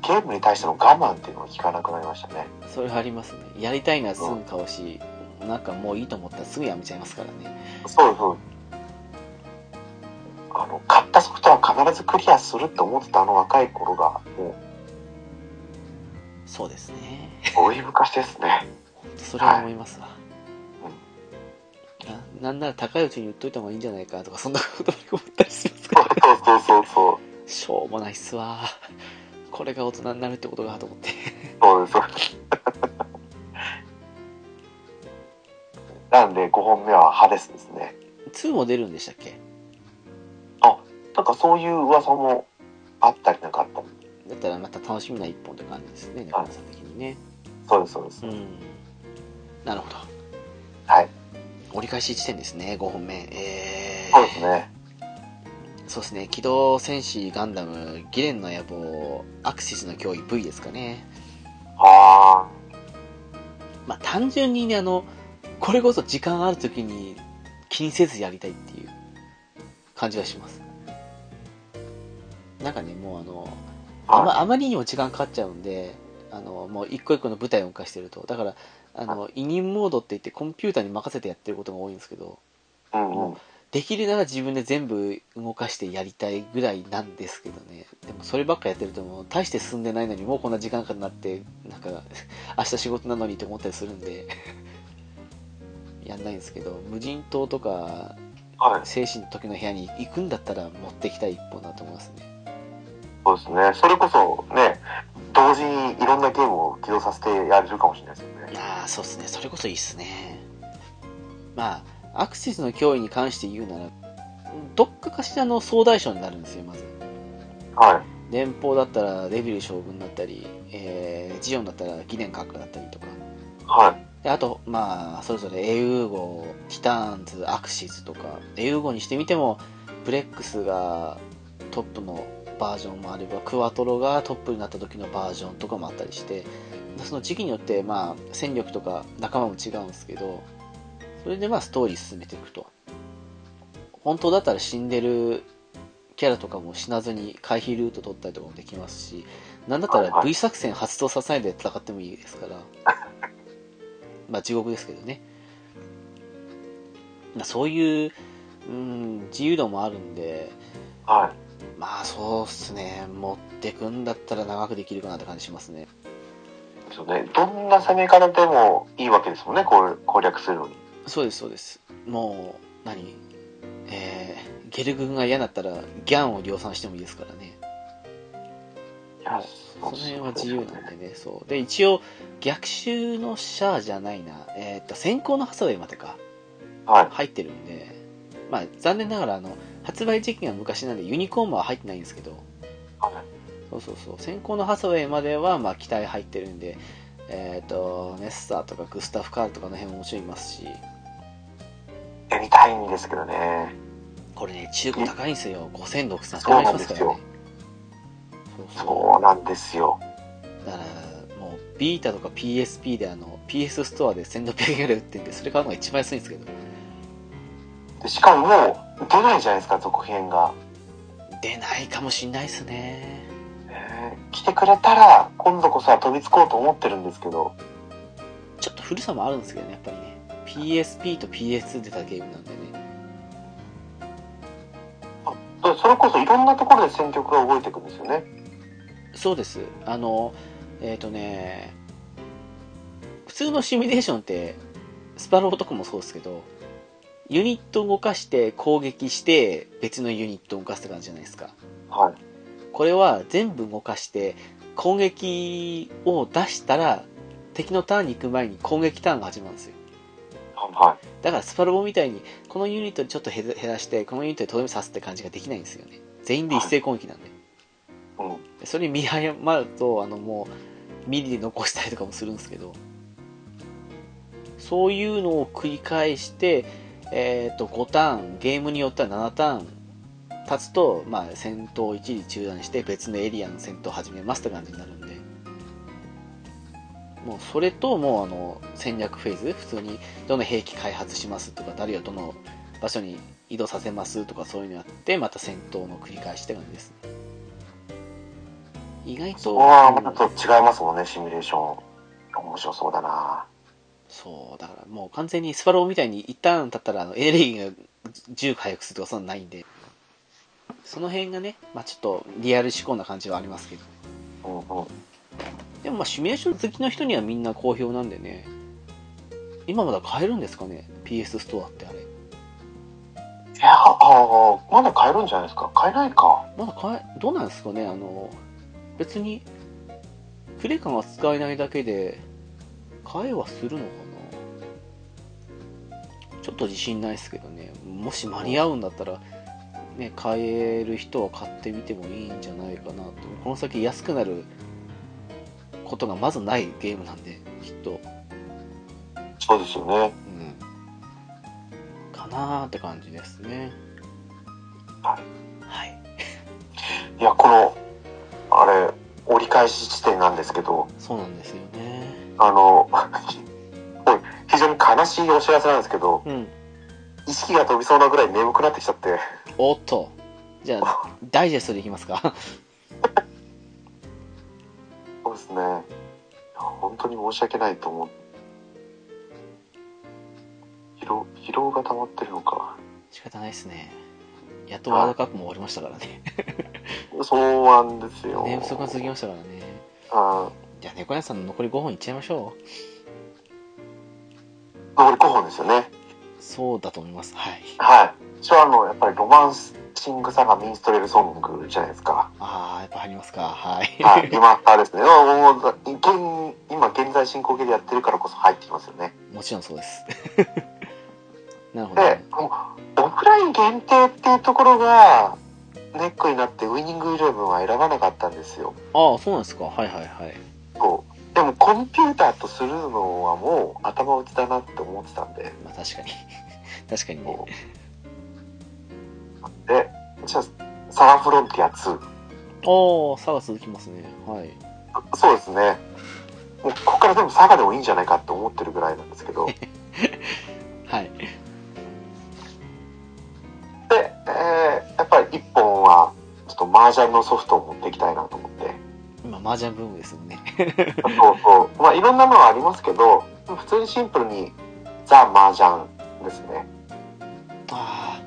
ゲームに対しての我慢っていうのが効かなくなりましたね。それはありますねやりたいならすぐ買うしなんかもういいと思ったらすぐやめちゃいますからねそうそう。あの、買ったソフトは必ずクリアするって思ってたあの若い頃が、もそうですねう、追い昔ですね。本当それは思いますわ、ななんなら高いうちに売っといた方がいいんじゃないかなとかそんなこと思ったりしますか <laughs> そうらそうそうそう。しょうもないっすわこれが大人になるってことかと思ってそうです。なんで5本目はハデスですね。 2も出るんでしたっけなんかそういう噂もあったりなかったり。だったらまた楽しみな一本って感じですね中村さん的にねそうです、そうですう。んなるほどはい折り返し地点ですね5本目えーそうですね。そうですね機動戦士ガンダムギレンの野望アクシスの脅威 V ですかねあまあ単純にねあのこれこそ時間ある時に気にせずやりたいっていう感じがしますなんかねもうあのああ。はいまあまりにも時間かかっちゃうんであのもう一個一個の舞台を動かしてるとだからあの委任モードって言ってコンピューターに任せてやってることが多いんですけどうんうん。できるなら自分で全部動かしてやりたいぐらいなんですけどねでもそればっかやってるともう大して進んでないのにもうこんな時間かなってなんか <laughs> 明日仕事なのにと思ったりするんで <laughs> やんないんですけど無人島とかはい。精神の時の部屋に行くんだったら持ってきたい一本だと思いますねそうですね。それこそね、同時にいろんなゲームを起動させてやれるかもしれないですよね。ああそうですねそれこそいいっすねまあアクセスの脅威に関して言うならどっかかしらの総大将になるんですよまずは連邦だったらレビル将軍だったり、えージオンだったらギネン閣下だったりとかい。はい。であとまあそれぞれエウーゴティターンズアクシズとかエウーゴにしてみてもブレックスがトップのバージョンもあればクワトロがトップになった時のバージョンとかもあったりしてでその時期によってまあ戦力とか仲間も違うんですけどそれでまあストーリー進めていくと本当だったら死んでるキャラとかも死なずに回避ルート取ったりとかもできますしなんだったはいらはい V 作戦発動させないで戦ってもいいですからまあ地獄ですけどね、まあ、そういう、うん、自由度もあるんではい。まあそうっすね持ってくんだったら長くできるかなって感じしますねですよね。どんな攻め方でもいいわけですもんね、こう攻略するのに。そうですそうですもう何えー、ゲル軍が嫌だったらギャンを量産してもいいですからねいやその辺は自由なんでねそうで一応逆襲のシャアじゃないなえーっと先行のハサウェイまでかはい。入ってるんでまあ残念ながらあの発売時期が昔なんでユニコーンは入ってないんですけどはいそうそうそう先行のハサウェイまではまあ機体入ってるんでえっ、とネッサーとかグスタフ・カールとかの辺ももちろんいますしやりたいんですけどね。これね中古高いんですよ5000、6000そう円なしんまですすからよねそうそうなんですよ。だからもうビータとか PSP であの PS ストアで1600円ぐらい売ってるんでそれ買うのが一番安いんですけどでしかももう出ないじゃないですか、続編が。出ないかもしんないですねね来てくれたら、今度こそは飛びつこうと思ってるんですけど。ちょっと古さもあるんですけどねやっぱりね PSP と PS2 出たゲームなんでねでそれこそいろんなところで戦局が動いていくんですよね。そうですあのえっ、とね普通のシミュレーションってスパロボとかもそうですけどユニット動かして攻撃して別のユニット動かすって感じじゃないですかはい。これは全部動かして攻撃を出したら敵のターンに行く前に攻撃ターンが始まるんですよはだからスパロボみたいにこのユニットでちょっと減ら減らしてこのユニットでとどめ刺すって感じができないんですよね全員で一斉攻撃なんでい。うん。でそれに見誤るとあのもうミリで残したりとかもするんですけどそういうのを繰り返して、えー、と5ターンゲームによっては7ターン経つと、まあ、戦闘を一時中断して別のエリアの戦闘を始めますって感じになるんでもうそれともうあの戦略フェーズ普通にどの兵器開発しますとか誰をどの場所に移動させますとかそういうのやってまた戦闘の繰り返しって感じですね意外そとこはまたちょっと違いますもんね、シミュレーション。面白そうだなそうだからもう完全にスパローみたいに一旦経ったらあのエネルギーが10回復するとかそんなのないんでその辺がね、まあ、ちょっとリアル思考な感じはありますけどうんうん。でもまあシミュレーション好きの人にはみんな好評なんでね今まだ買えるんですかね PS ストアってあれいや、ああ、まだ買えるんじゃないですか。買えないか。まだ買えどうなんですかねあの別にクレカが使えないだけで買えはするのかなちょっと自信ないですけどねもし間に合うんだったら、ね、買える人は買ってみてもいいんじゃないかなとこの先安くなることがまずないゲームなんできっと、そうですよね。うん、かなーって感じですねはいはいいや、この、あれ、折り返し地点なんですけど、そうなんですよねあの、 <laughs> 非常に悲しいお知らせなんですけど、うん意識が飛びそうなぐらい眠くなってきちゃって、 <laughs> おっとじゃあダイジェストでいきますか <laughs> そうですね。いや本当に申し訳ないと思う。疲労、疲労が溜まってるのか。仕方ないですねやっとワールドカップも終わりましたからねそうなんですよ。 <laughs> 寝不足が続きましたからねあじゃあ猫屋さんの残り5本いっちゃいましょう残り5本ですよね。そうだと思いますはいはい。私はあの、やっぱりロマンシングサガミンストレルソングじゃないで <laughs> すか。ああやっぱ入りますかはい、 <laughs> はい。今、あれですね。もう現今、現在進行形でやってるからこそ入ってきますよね。もちろんそうです <laughs> なるほど、で、もうオフライン限定っていうところが、ネックになってウイニングイレブンは選ばなかったんですよ。ああそうなんですかはいはいはいそう。でもコンピューターとするのはもう頭打ちだなって思ってたんで、まあ確かに <laughs> 確かにねもう。で、じゃあ、サガフロンティア2。おお差が続きますねはいそうですね。もうここからでも佐賀でもいいんじゃないかって思ってるぐらいなんですけ <laughs> ど。で、はいえーやっぱり一本は、ちょっと麻雀のソフトを持っていきたいなと思って。 <laughs> 今麻雀ブームですよねそうそう。まあいろんなのはありますけど、普通にシンプルに、ザ・麻雀ですね。ああ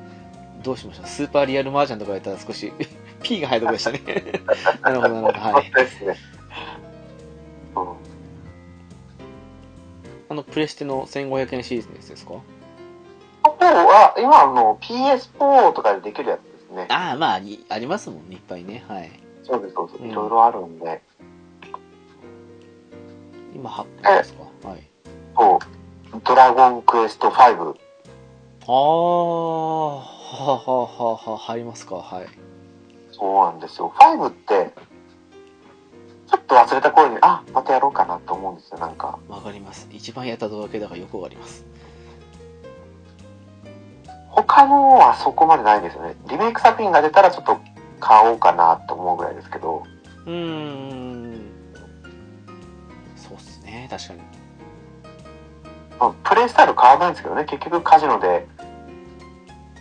どうしましたスーパーリアルマージャンとかやったら少し <laughs> P が入るとこでしたね <laughs> なるほどなるほどはいですね。うん。あのプレステの1500円シリーズのやつですかあとは、今あの PS4 とかでできるやつですね。ああまあいありますもんねいっぱいねはいそうです、そうです。うんいろいろあるんで。今8本ですかはいそう。ドラゴンクエスト5。ああはあはあはあはあ入りますかはいそうなんですよ。5って、ちょっと忘れた頃に、あ、またやろうかなと思うんですよ、なんか。わかります一番やった動画系だからよくわかります他のはそこまでないんですよね。リメイク作品が出たらちょっと買おうかなと思うぐらいですけど、うーんそうっすね確かにまあ、プレイスタイル変わらないんですけどね、結局カジノで、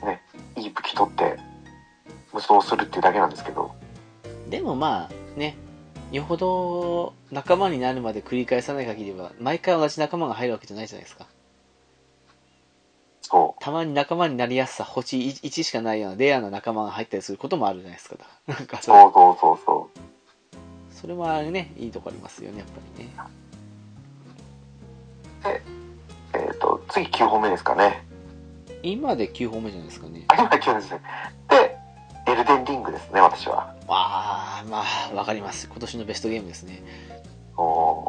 ね、いい武器取って、無双するっていうだけなんですけど、でもまあねよほど仲間になるまで繰り返さない限りは毎回同じ仲間が入るわけじゃないじゃないですかそたまに仲間になりやすさ星 1, しかないようなレアな仲間が入ったりすることもあるじゃないですかなんかう、それそうそうそうそそれはねいいとこありますよねやっぱりねう。えっ、と、次9本目ですかね。今で9本目じゃないですかねあ、今9本ですね。で、エルデンリングですね、私は。ああまあわかります今年のベストゲームですねお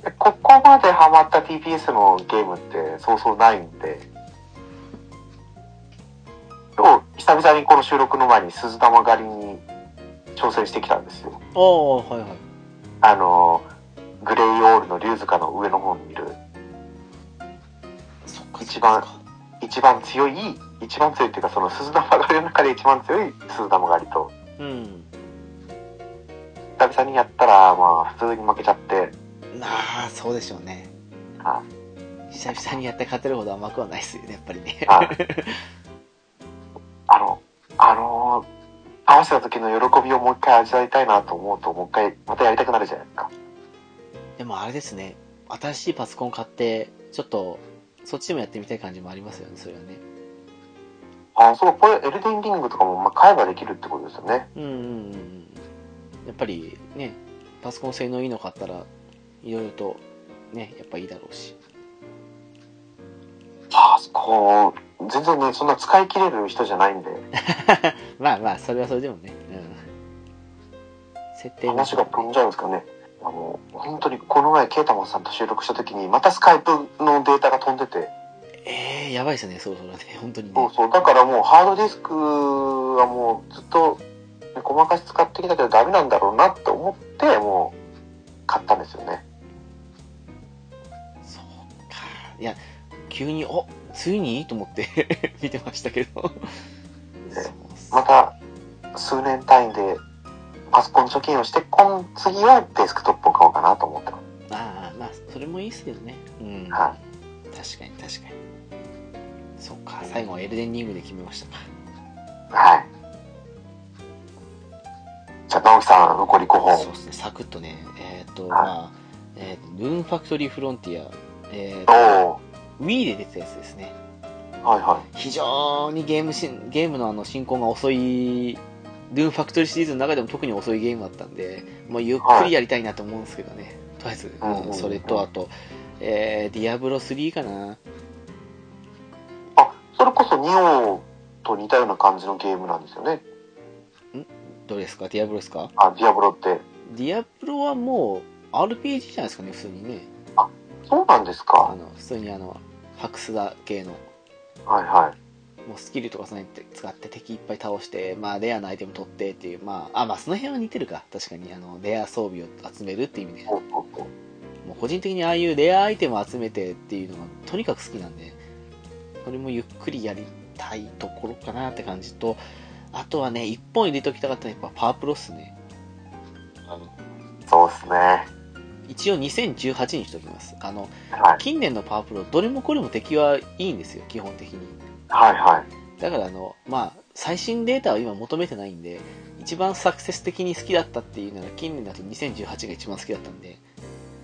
ーでここまでハマった TPS のゲームってそうそうないんで今日久々にこの収録の前に鈴玉狩りに挑戦してきたんですよああはいはいあのーグレイオールの竜塚の上の方にいるそっか一番一番強い一番強いっていうかその鈴玉狩りの中で一番強い鈴玉狩りとそっかうん久々にやったらまあ普通に負けちゃってああそうでしょうねは久々にやって勝てるほど甘くはないですよねやっぱりねはい。あの、あの合わせた時の喜びをもう一回味わいたいなと思うと、もう一回、またやりたくなるじゃないですか。 <laughs> でもあれですね、新しいパソコン買って、ちょっと、そっちでもやってみたい感じもありますよね、それはね。あ、そう、これ、エルデンリングとかも、まあ、買えばできるってことですよね。うんうんうんうん。やっぱりね、パソコン性能いいの買ったら、いろいろと、ね、やっぱいいだろうし。パソコン、全然ね、そんな使い切れる人じゃないんで、まあまあ、それはそれでもね。うん。設定話が飛んじゃうんですかね。あの、本当にこの前、ケイタマンさんと収録した時に、またスカイプのデータが飛んでて、ええー、やばいですね、そろそろね、本当にそねう。そう、だからもうハードディスクはもうずっと、ね、ごまかし使ってきたけどダメなんだろうなって思って、もう買ったんですよね。そうか。いや、急に、おついにと思って <laughs> 見てましたけど。そうっすまた数年単位でパソコン貯金をして、今次はデスクトップを買おうかなと思ってます。ああ、まあ、それもいいですけどね。うん。は確かに、確かに。そっか、最後はエルデンリングで決めましたか。はい。じゃあ、直樹さん、残り5本。そうですね、サクッとね、えっ、と、はいまあ、えーと、ルーンファクトリーフロンティア、えーおと、お Wii で出てたやつですね。はいは非常にゲームしん、ゲームのあの進行が遅い、ルーンファクトリーシリーズの中でも特に遅いゲームだったんで、もうゆっくりやりたいなと思うんですけどね。とりあえず、うんうんうんうんそれとあと、えー、ディアブロ3かな。い。あ、それこそニオと似たような感じのゲームなんですよね。どれですかディアブロですかあ、ディアブロって。ディアブロはもう RPG じゃないですかね、普通にね。そうなんですあか。の、普通にあの、白須だ系の。はいはい。もうスキルとかその辺使って敵いっぱい倒して、まあ、レアなアイテム取ってっていう、まあ、あ、まあ、その辺は似てるか。確かに、あの、レア装備を集めるっていう意味で。そうそうそうもう個人的にああいうレアアイテムを集めてっていうのがとにかく好きなんで、これもゆっくりやりたいところかなって感じと、あとはね、一本入れときたかったのはやっぱパワープロっすね。あのそうですね。は一応2018にしときます。あの、い。近年のパワープロ、どれもこれも敵はいいんですよ、基本的に。はいはい。だからあの、まあ、最新データは今求めてないんで、一番サクセス的に好きだったっていうのが近年だと2018が一番好きだったんで、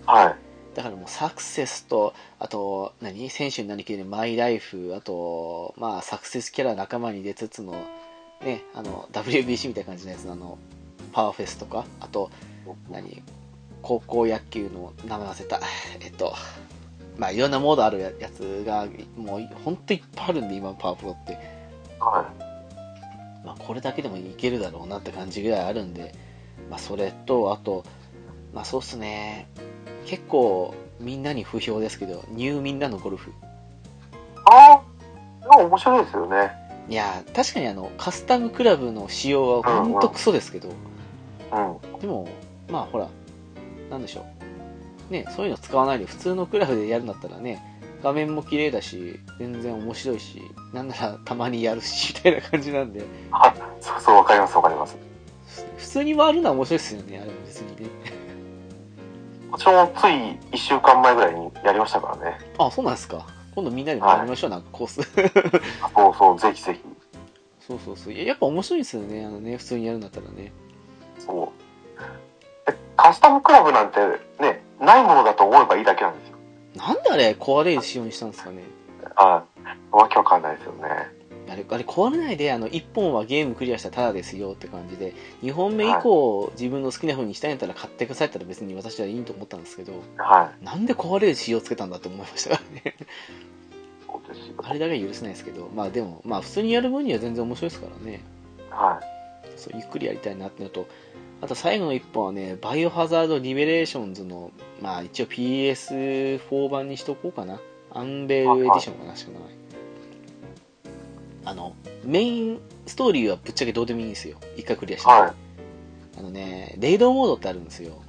はい。だからもうサクセスと、あと、何選手になりきれるマイライフ、あと、まあ、サクセスキャラ仲間に出つつの、ね、あの、WBC みたいな感じのやつの、あの、パワーフェスとか、あと、何高校野球の名前忘れた。 <laughs> えっと、まあ、いろんなモードあるややつが、もう、ほんといっぱいあるんで、今、パワープロって。はい。まあ、これだけでもいけるだろうなって感じぐらいあるんで、まあ、それとあと、まあ、そうっすね結構みんなに不評ですけどニューミンラのゴルフああ、でも面白いですよね。いやー確かにあのカスタムクラブの仕様はほんとクソですけど、うん。でもまあほらなんでしょうねそういうの使わないで普通のクラブでやるんだったらね画面も綺麗だし全然面白いしなんならたまにやるしみたいな感じなんでそうそう、わかりますわかります。普通に回るのは面白いですよねあれも別にね私もつい1週間前ぐらいにやりましたからね。あ、そうなんですか。今度みんなで回りましょう、なんかコース。 <laughs> そうそう、ぜひぜひ。そうそうそう。いややっぱ面白いですよね、あのね、普通にやるんだったらね。そう。えカスタムクラブなんてね、ないものだと思えばいいだけなんですよ。なんであれ、壊れる仕様にしたんですかね。ああ、わけわかんないですよね。あれ、あれ壊れないで、あの、1本はゲームクリアしたらタダですよって感じで、2本目以降、自分の好きな風にしたいんだったら買ってくださいったら別に私はいいと思ったんですけど、はい。なんで壊れる仕様つけたんだって思いましたからね。 <laughs> そうですよ。あれだけは許せないですけど、まあでも、まあ普通にやる分には全然面白いですからね。はい。そうゆっくりやりたいなっていうのとあと最後の一本はね「バイオハザード・リベレーションズの」まあ一応 PS4 版にしとこうかなアンベールエディションかなしかないあのメインストーリーはぶっちゃけどうでもいいんですよ一回クリアして、はあのねレイドモードってあるんですよ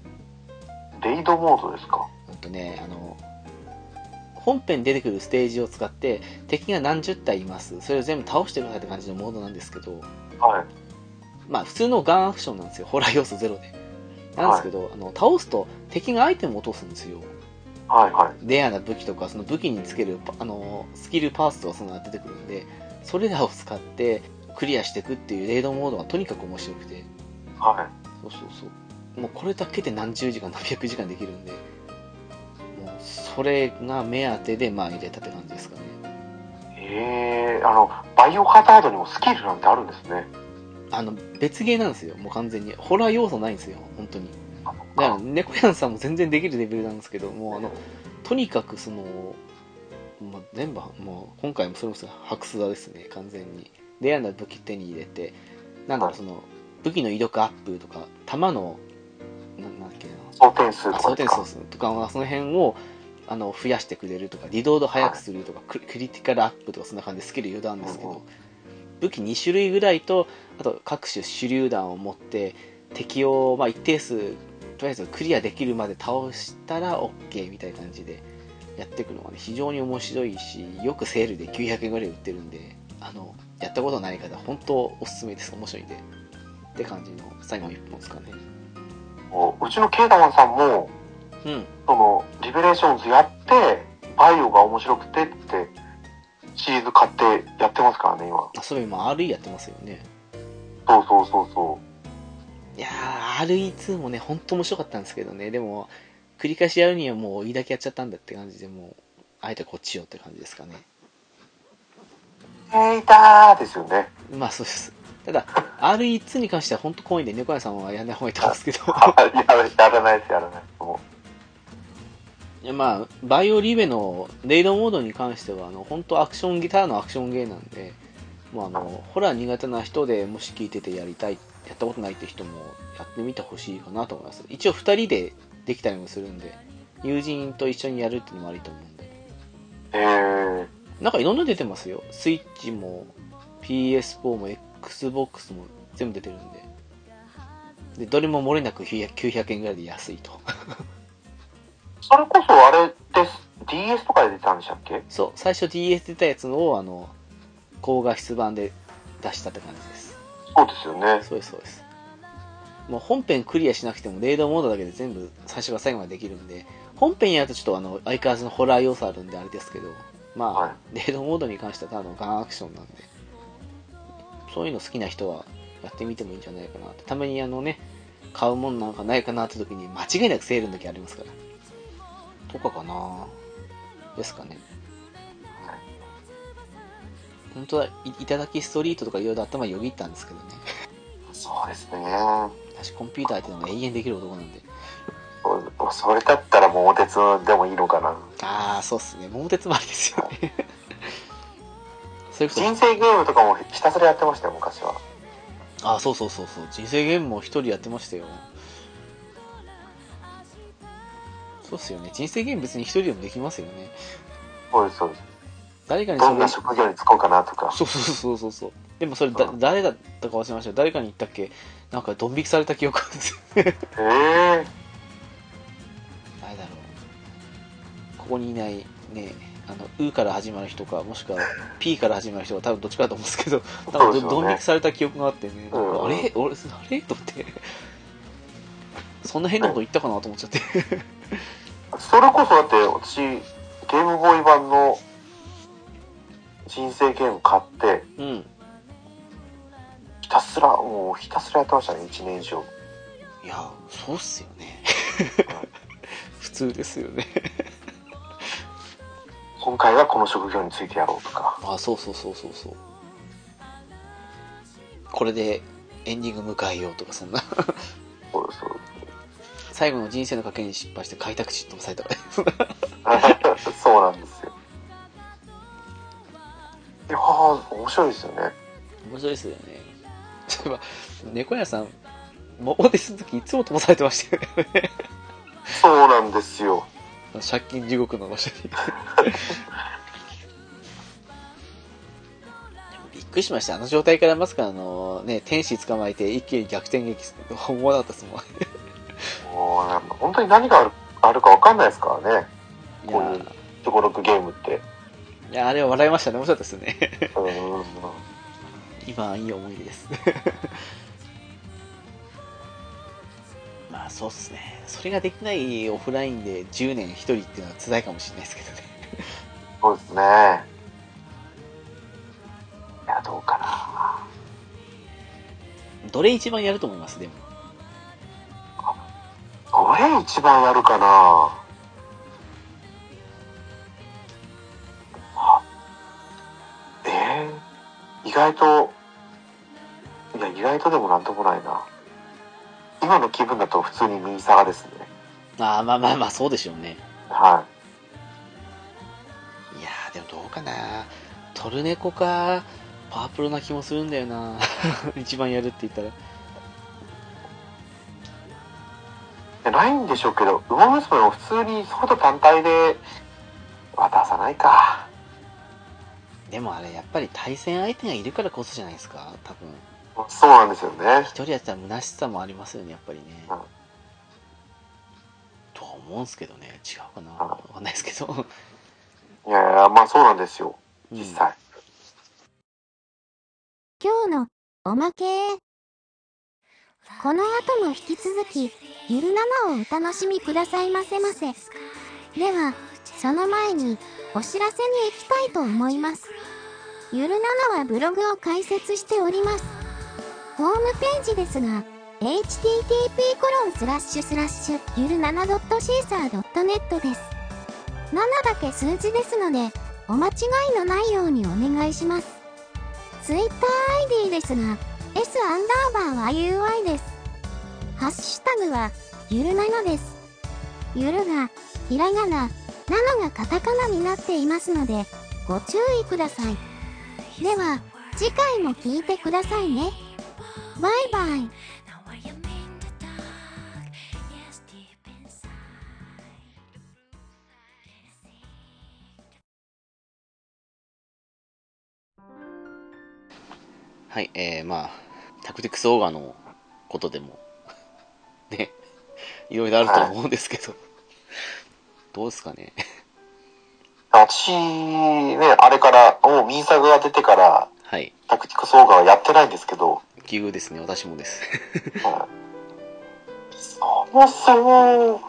い。レイドモードですか。ほんとねあの本編に出てくるステージを使って敵が何十体いますそれを全部倒してくださいって感じのモードなんですけど、はい。まあ普通のガンアクションなんですよ。ホラー要素ゼロで。なんですけど、あの倒すと敵がアイテムを落とすんですよ。はいはい。レアな武器とか、その武器につけるパあのスキルパーツとかそのが出てくるんで、それらを使ってクリアしていくっていうレイドモードがとにかく面白くてはそうそうそうもうこれだけで何十時間何百時間できるんでもうそれが目当てでまあ入れたって感じですかねい。ええあの、バイオハザードにもスキルなんてあるんですね。あの別ゲーなんですよもう完全にホラー要素ないんですよ本当にあだから猫やんさんも全然できるレベルなんですけどもうあのとにかくその、まあ、全部もう今回もそれこそ白素座ですね完全にレアな武器手に入れてなんだろうはいその武器の威力アップとか弾のななんだっけな総点数とあか。装填数とかまあその辺をあの増やしてくれるとかリロード早くするとか、クリクリティカルアップとかそんな感じでスキル余談ですけうんうんど武器2種類ぐらいとあと各種手榴弾を持って敵を、まあ、一定数とりあえずクリアできるまで倒したら OK みたいな感じでやっていくのが、ね、非常に面白いしよくセールで900円ぐらい売ってるんであのやったことない方本当おすすめです面白いんでって感じの最後の1本ですかねもううちのケイダマンさんも、うんその、リベレーションズやって、バイオが面白くてって、シリーズ買ってやってますからね、今。あそれ今 RE やってますよねそうそうそうそいやー、RE2 もね、ほんと面白かったんですけどね、でも、繰り返しやるにはもう、いいだけやっちゃったんだって感じで、もう、あえてこっちよって感じですかね。う。ケイダーですよね。 <laughs> まあ、そうです。ただ、RE2 に関してはほんと怖いんで、猫屋さんはやんない方がいいと思うんですけど、あやらやらないです、やらないです。もいやまあ、バイオリベのレイドモードに関しては、あの、ほんとアクションギターのアクションゲーなんで、もうあの、ホラー苦手な人でもし聞いててやりたい、やったことないって人もやってみてほしいかなと思います。一応二人でできたりもするんで、友人と一緒にやるっていうのもありと思うんで。うえー、なんかいろんなの出てますよ。スイッチも PS4 も Xbox も全部出てるんで。で、どれも漏れなく900 900円ぐらいで安い <laughs> と。それこそあれです。DS とかで出たんでしたっけそう、最初 DS 出たやつのを、あの、高画質版で出したって感じです。そうですよね。そうです、そうです。もう本編クリアしなくても、レイドモードだけで全部最初から最後までできるんで、本編やるとちょっとあの、相変わらずのホラー要素あるんであれですけど、まあ、はいレイドモードに関してはただのガンアクションなんで、そういうの好きな人はやってみてもいいんじゃないかなって。たまにあのね、買うもんなんかないかなって時に、間違いなくセールの時ありますから。とかかなですかね。本当はい、いただきストリートとかいろいろ頭よぎったんですけどね。そうですね。私コンピューターっていうのが永遠できる男なんで。そそれだったら桃鉄でもいいのかな。ああ、そうっすね。桃鉄もありですよね。それこ人生ゲームとかもひたすらやってましたよ、昔は。そ、ああ、そうそうそうそう。人生ゲームも一人やってましたよ。そうっすよね。人生ゲーム別に一人でもできますよね。そうです、そうです。誰かにどそんなれ職業に就こうかなとか。そうそうそうそうそう。でもそれだ、誰だったか忘れましたけど誰かに言ったっけなんかドン引きされた記憶あるんですよ。へえ誰だろうここにいないねあの「う」から始まる人かもしくは「P」から始まる人が多分どっちかだと思うんですけどなんそうかですよねどん引きされた記憶があってね、なんうかんあれ俺あれと思ってそんな変なこと言ったかなと思っちゃってそれこそだって私、ゲームボーイ版の人生ゲーム買って、うんひたすら、もうひたすらやってましたね、1年以上。いやそうっすよ <laughs> ね普通ですよね今回はこの職業についてやろうとか。あそうそうそうそうそうこれでエンディング迎えようとかそん <laughs> なそうですそうで最後の人生の賭けに失敗して開拓地飛ばされたからすそうなんですよ。いやー、面白いですよね。面白いですよねそういえば猫屋さん桃ですの時いつも飛ばされてましたよねそうなんですよ。あの借金地獄の場所に <laughs> でもびっくりしましたあの状態からまさかあのね天使捕まえて一気に逆転劇すると思わなかったですもんもうなんか本当に何があるあるか分かんないですからね、いこういう登録ゲームって。やいやあれは笑いましたね面白かったですねうん今いい思い出です <laughs> まあそうっすねそれができないオフラインで10年一人っていうのは辛いかもしれないですけどねそうですね。いや、どうかな。どれ一番やると思いますでもどれ一番やるかなあえー、意外と、いや、意外とでもなんともないな。今の気分だと普通に右下がですね。まあまあまあまあそうでしょうねはいやーでもどうかなトルネコかパープルな気もするんだよな <laughs> 一番やるって言ったらい。でないんでしょうけど、ウマ娘も普通にソフト単体で渡さないか。でもあれやっぱり対戦相手がいるからこそじゃないですか多分そうなんですよね一。人やったら虚しさもありますよねやっぱりね、うんとは思うんすけどね違うかなわかんないですけど <laughs> いやいや、まあそうなんですよ。うん実際。今日のおまけこの後も引き続きゆるななをお楽しみくださいませませではその前にお知らせに行きたいと思いますゆるななはブログを開設しておりますホームページですが http コロンスラッシュスラッシュゆる 7.caesar.net です7だけ数字ですのでお間違いのないようにお願いしますツイッター ID ですが、S アンダーバーは UI です。ハッシュタグは、ゆるなのです。ゆるが、ひらがな、なのがカタカナになっていますので、ご注意ください。では、次回も聞いてくださいね。バイバイ。 Now I am in the dark, yes, deep inside. Fantasy. はいえー、まあタクティクスオーガのことでも <laughs> ねいろいろあると思うんですけど、どうですかね私、ね、あれから、もうミーサグが出てから、はいタクティクスオーガはやってないんですけ <laughs> ど、奇遇ですね私もですはいそもそも、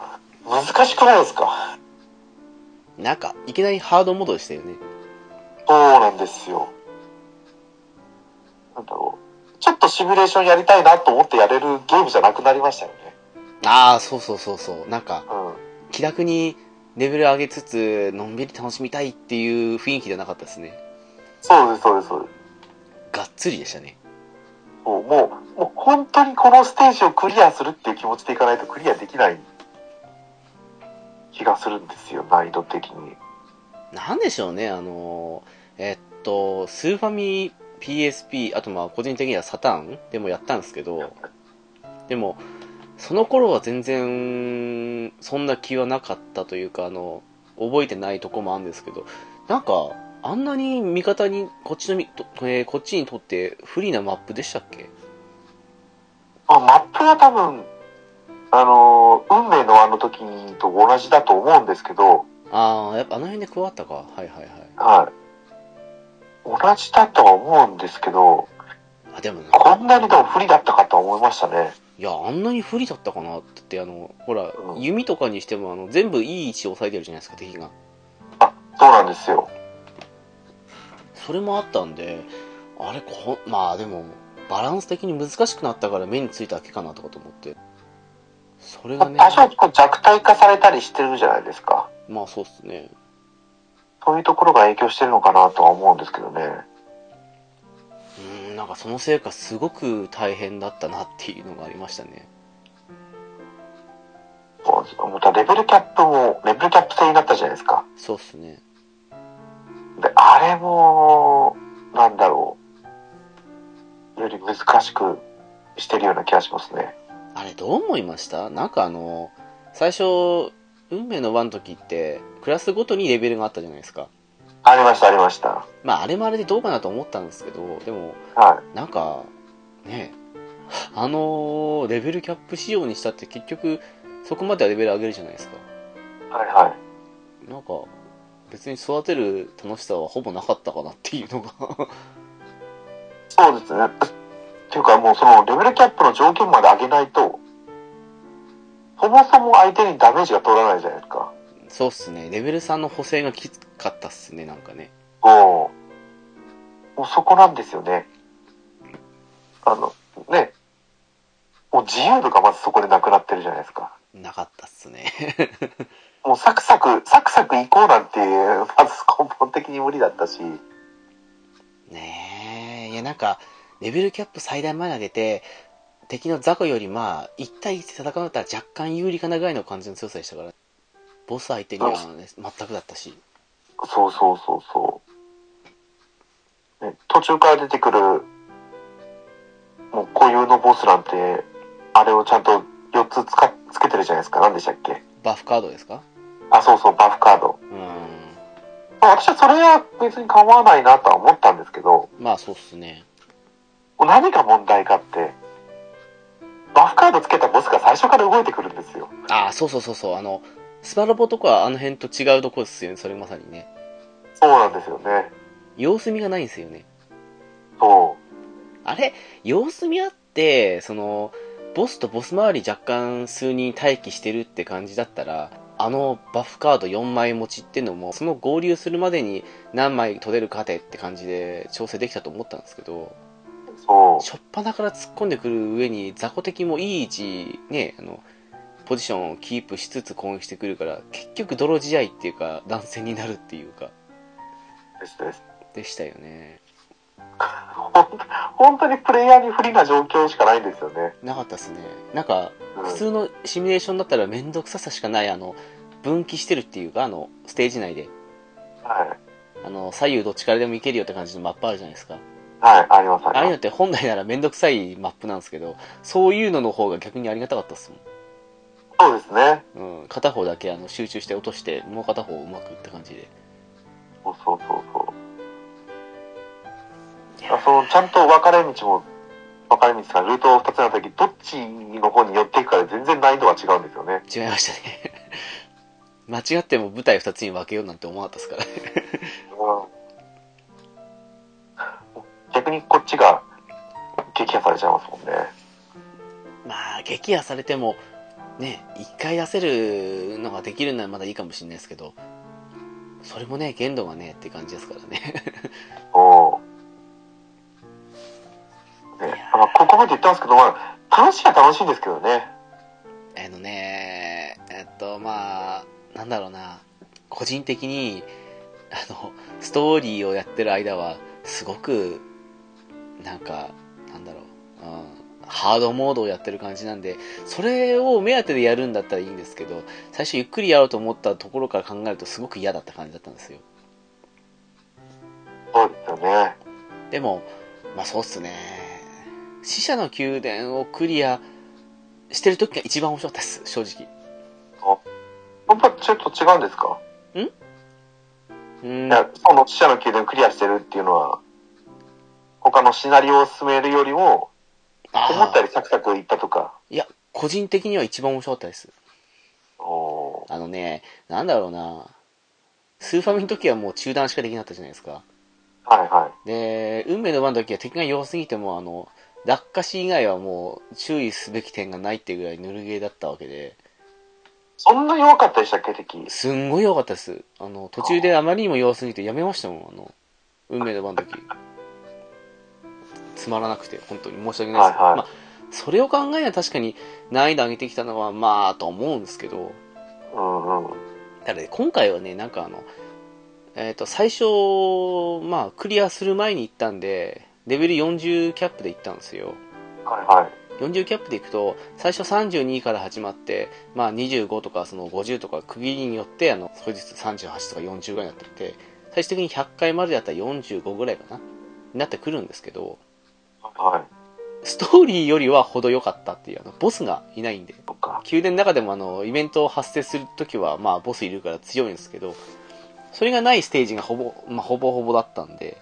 難しくないですかなんかいきなりハードモードでしたよねそうなんですよ。なんだろう。ちょっとシミュレーションやりたいなと思ってやれるゲームじゃなくなりましたよね。ああそうそうそうそうなんかうん。気楽にレベル上げつつのんびり楽しみたいっていう雰囲気じゃなかったですねそうです、そうです、そうです。がっつりでしたねそうもう、もう本当にこのステージをクリアするっていう気持ちでいかないとクリアできない気がするんですよ、難易度的に。なんでしょうね、あのーえっと、スーファミ、PSP、あとまあ個人的にはサターンでもやったんですけど、でも、その頃は全然、そんな気はなかったというか、あの、覚えてないとこもあるんですけど、なんか、あんなに味方に、こっちのみ、とえーこっちにとって不利なマップでしたっけあ、マップは多分、あのー、運命のあの時と同じだと思うんですけど、ああ、やっぱあの辺で加わったか。はいはいはい。はい。同じだとは思うんですけど、あ、でもねこんなにでも不利だったかとは思いましたね。いや、あんなに不利だったかなってって、あの、ほら、うん弓とかにしても、あの、全部いい位置を押さえてるじゃないですか、敵が。あ、そうなんですよ。それもあったんで、あれ、こ、まあでも、バランス的に難しくなったから目についただけかなとかと思って。それがね、多少こう弱体化されたりしてるじゃないですか。まあそうっすね。そういうところが影響してるのかなとは思うんですけどね。うーん、なんかそのせいかすごく大変だったなっていうのがありましたね。そうですまたレベルキャップも、レベルキャップ制になったじゃないですか。そうっすね。で、あれも、なんだろう。より難しくしてるような気がしますね。あれ、どう思いましたなんかあの、最初、運命の輪の時って、クラスごとにレベルがあったじゃないですか。ありました、ありました。まあ、あれもあれでどうかなと思ったんですけど、でも、はなんか、ねえ、あのレベルキャップ仕様にしたって結局、そこまではレベル上げるじゃないですか。い。はいはい。なんか、別に育てる楽しさはほぼなかったかなっていうのが。そうですね。っていうかもうそのレベルキャップの条件まで上げないと、そもそも相手にダメージが取らないじゃないですか。そうっすね。レベル3の補正がきつかったっすね、なんかね。もう、もうそこなんですよね。あの、ね、もう自由度がまずそこでなくなってるじゃないですか。なかったっすね。 <laughs> もうサクサク、サクサク行こうなんて、まず根本的に無理だったし、ねえ。いや、なんか、レベルキャップ最大まで上げて、敵の雑魚よりまあ、1対1で戦うんだったら若干有利かなぐらいの感じの強さでしたから、ボス相手には、ね、全くだったし。そうそうそうそう。ね、途中から出てくる、もう固有のボスなんて、あれをちゃんと4つつかつけてるじゃないですか。何でしたっけバフカードですかあ、そうそう、バフカードう。ーん。まあ私はそれは別に構わないなとは思ったんですけど、まあ、そうっすね。何が問題かって、バフカードつけたボスが最初から動いてくるんですよ。ああ、そうそうそうそう。あの、スパロボとかあの辺と違うとこですよね。それまさにね。そうなんですよね。様子見がないんですよね。そう。あれ、様子見あって、その、ボスとボス周り若干数人待機してるって感じだったら、あのバフカード4枚持ちってのも、その合流するまでに何枚取れるかでって感じで調整できたと思ったんですけど、そう。初っ端から突っ込んでくる上に雑魚敵もいい位置、ね、あの、ポジションをキープしつつ攻撃してくるから、結局泥仕合っていうか、断線になるっていうか、ですです。でしたよね。ほん本当にプレイヤーに不利な状況しかないんですよね。なかったっすね。なんか、うん普通のシミュレーションだったら面倒くささしかないあの分岐してるっていうかあのステージ内ではい。あの左右どっちからでも行けるよって感じのマップあるじゃないですかはい、あります、あああいうのりまって本来なら面倒くさいマップなんですけどそういうのの方が逆にありがたかったっすす。そうですね。もん、うん、片方だけあの集中して落としてもう片方うまくって感じでそうそうそうそう。あそのちゃんと分かれ道も、分かれ道がルートを2つなった時、どっちの方に寄っていくかで全然難易度が違うんですよね。違いましたね <laughs> 間違っても舞台2つに分けようなんて思わなかったっすから <laughs> ね逆にこっちが撃破されちゃいますもんね。まあ撃破されてもね一回出せるのができるならまだいいかもしれないですけどそれもね限度がねって感じですからねおね、あのここまで言ったんですけど、まあ、楽しいは楽しいんですけどね。あのねえっとまあなんだろうな個人的にあのストーリーをやってる間はすごくなんかなんだろう、うん、ハードモードをやってる感じなんでそれを目当てでやるんだったらいいんですけど最初ゆっくりやろうと思ったところから考えるとすごく嫌だった感じだったんですよそうですよね。でも、まあそうっすね。死者の宮殿をクリアしてる時が一番面白かったです、正直。やっぱちょっと違うんですか、うんい。や、その死者の宮殿クリアしてるっていうのは、他のシナリオを進めるよりも、思あったよーりサクサクいったとか。いや、個人的には一番面白かったです。おーあのね、なんだろうな。スーファミの時はもう中断しかできなかったじゃないですか。はいはで、運命の番の時は敵が弱すぎても、あの、落下死以外はもう注意すべき点がないっていうぐらいぬるゲーだったわけで、い。そんな弱かったでしたっけ、敵。すんごい良かったです。あの、途中であまりにも弱すぎてやめましたもん、あの、運命の番の時。つまらなくて、本当に申し訳ないですけど、はいはいまあ、それを考えれば確かに難易度上げてきたのは、まあ、と思うんですけど、うんうん。ただね、今回はね、なんかあの、えっ、と、最初、まあ、クリアする前に行ったんで、レベル40キャップで行ったんですよ。はいはい。 40キャップでいくと最初32から始まって、まあ、25とかその50とか区切りによってあの少しずつ38とか40ぐらいになってって最終的に100回までだったら45ぐらいかなになってくるんですけどはい。ストーリーよりはほど良かったっていうあのボスがいないんでそっか。宮殿の中でもあのイベントを発生するときはまあボスいるから強いんですけどそれがないステージがほぼ,、まあ、ほぼほぼだったんで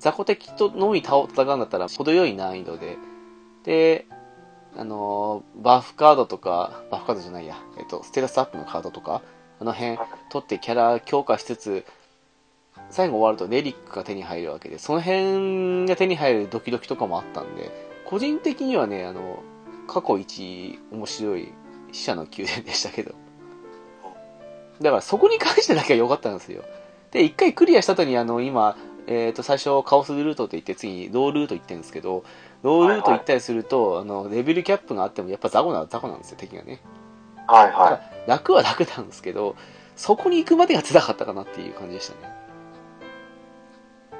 雑魚敵とのみ倒戦うんだったら程よい難易度でであのーバフカードとかバフカードじゃないや、えっと、ステータスアップのカードとかあの辺取ってキャラ強化しつつ最後終わるとレリックが手に入るわけでその辺が手に入るドキドキとかもあったんで個人的にはねあの過去一面白い死者の宮殿でしたけど。だからそこに関してだけは良かったんですよ。で、一回クリアした後にあの今、えっ、と最初カオスルートと言って次ロールート行ってるんですけど、ロールート行ったりすると、あのレベルキャップがあってもやっぱ雑魚なら雑魚なんですよ敵がねはいは楽は楽なんですけどそこに行くまでが辛かったかなっていう感じでしたねい。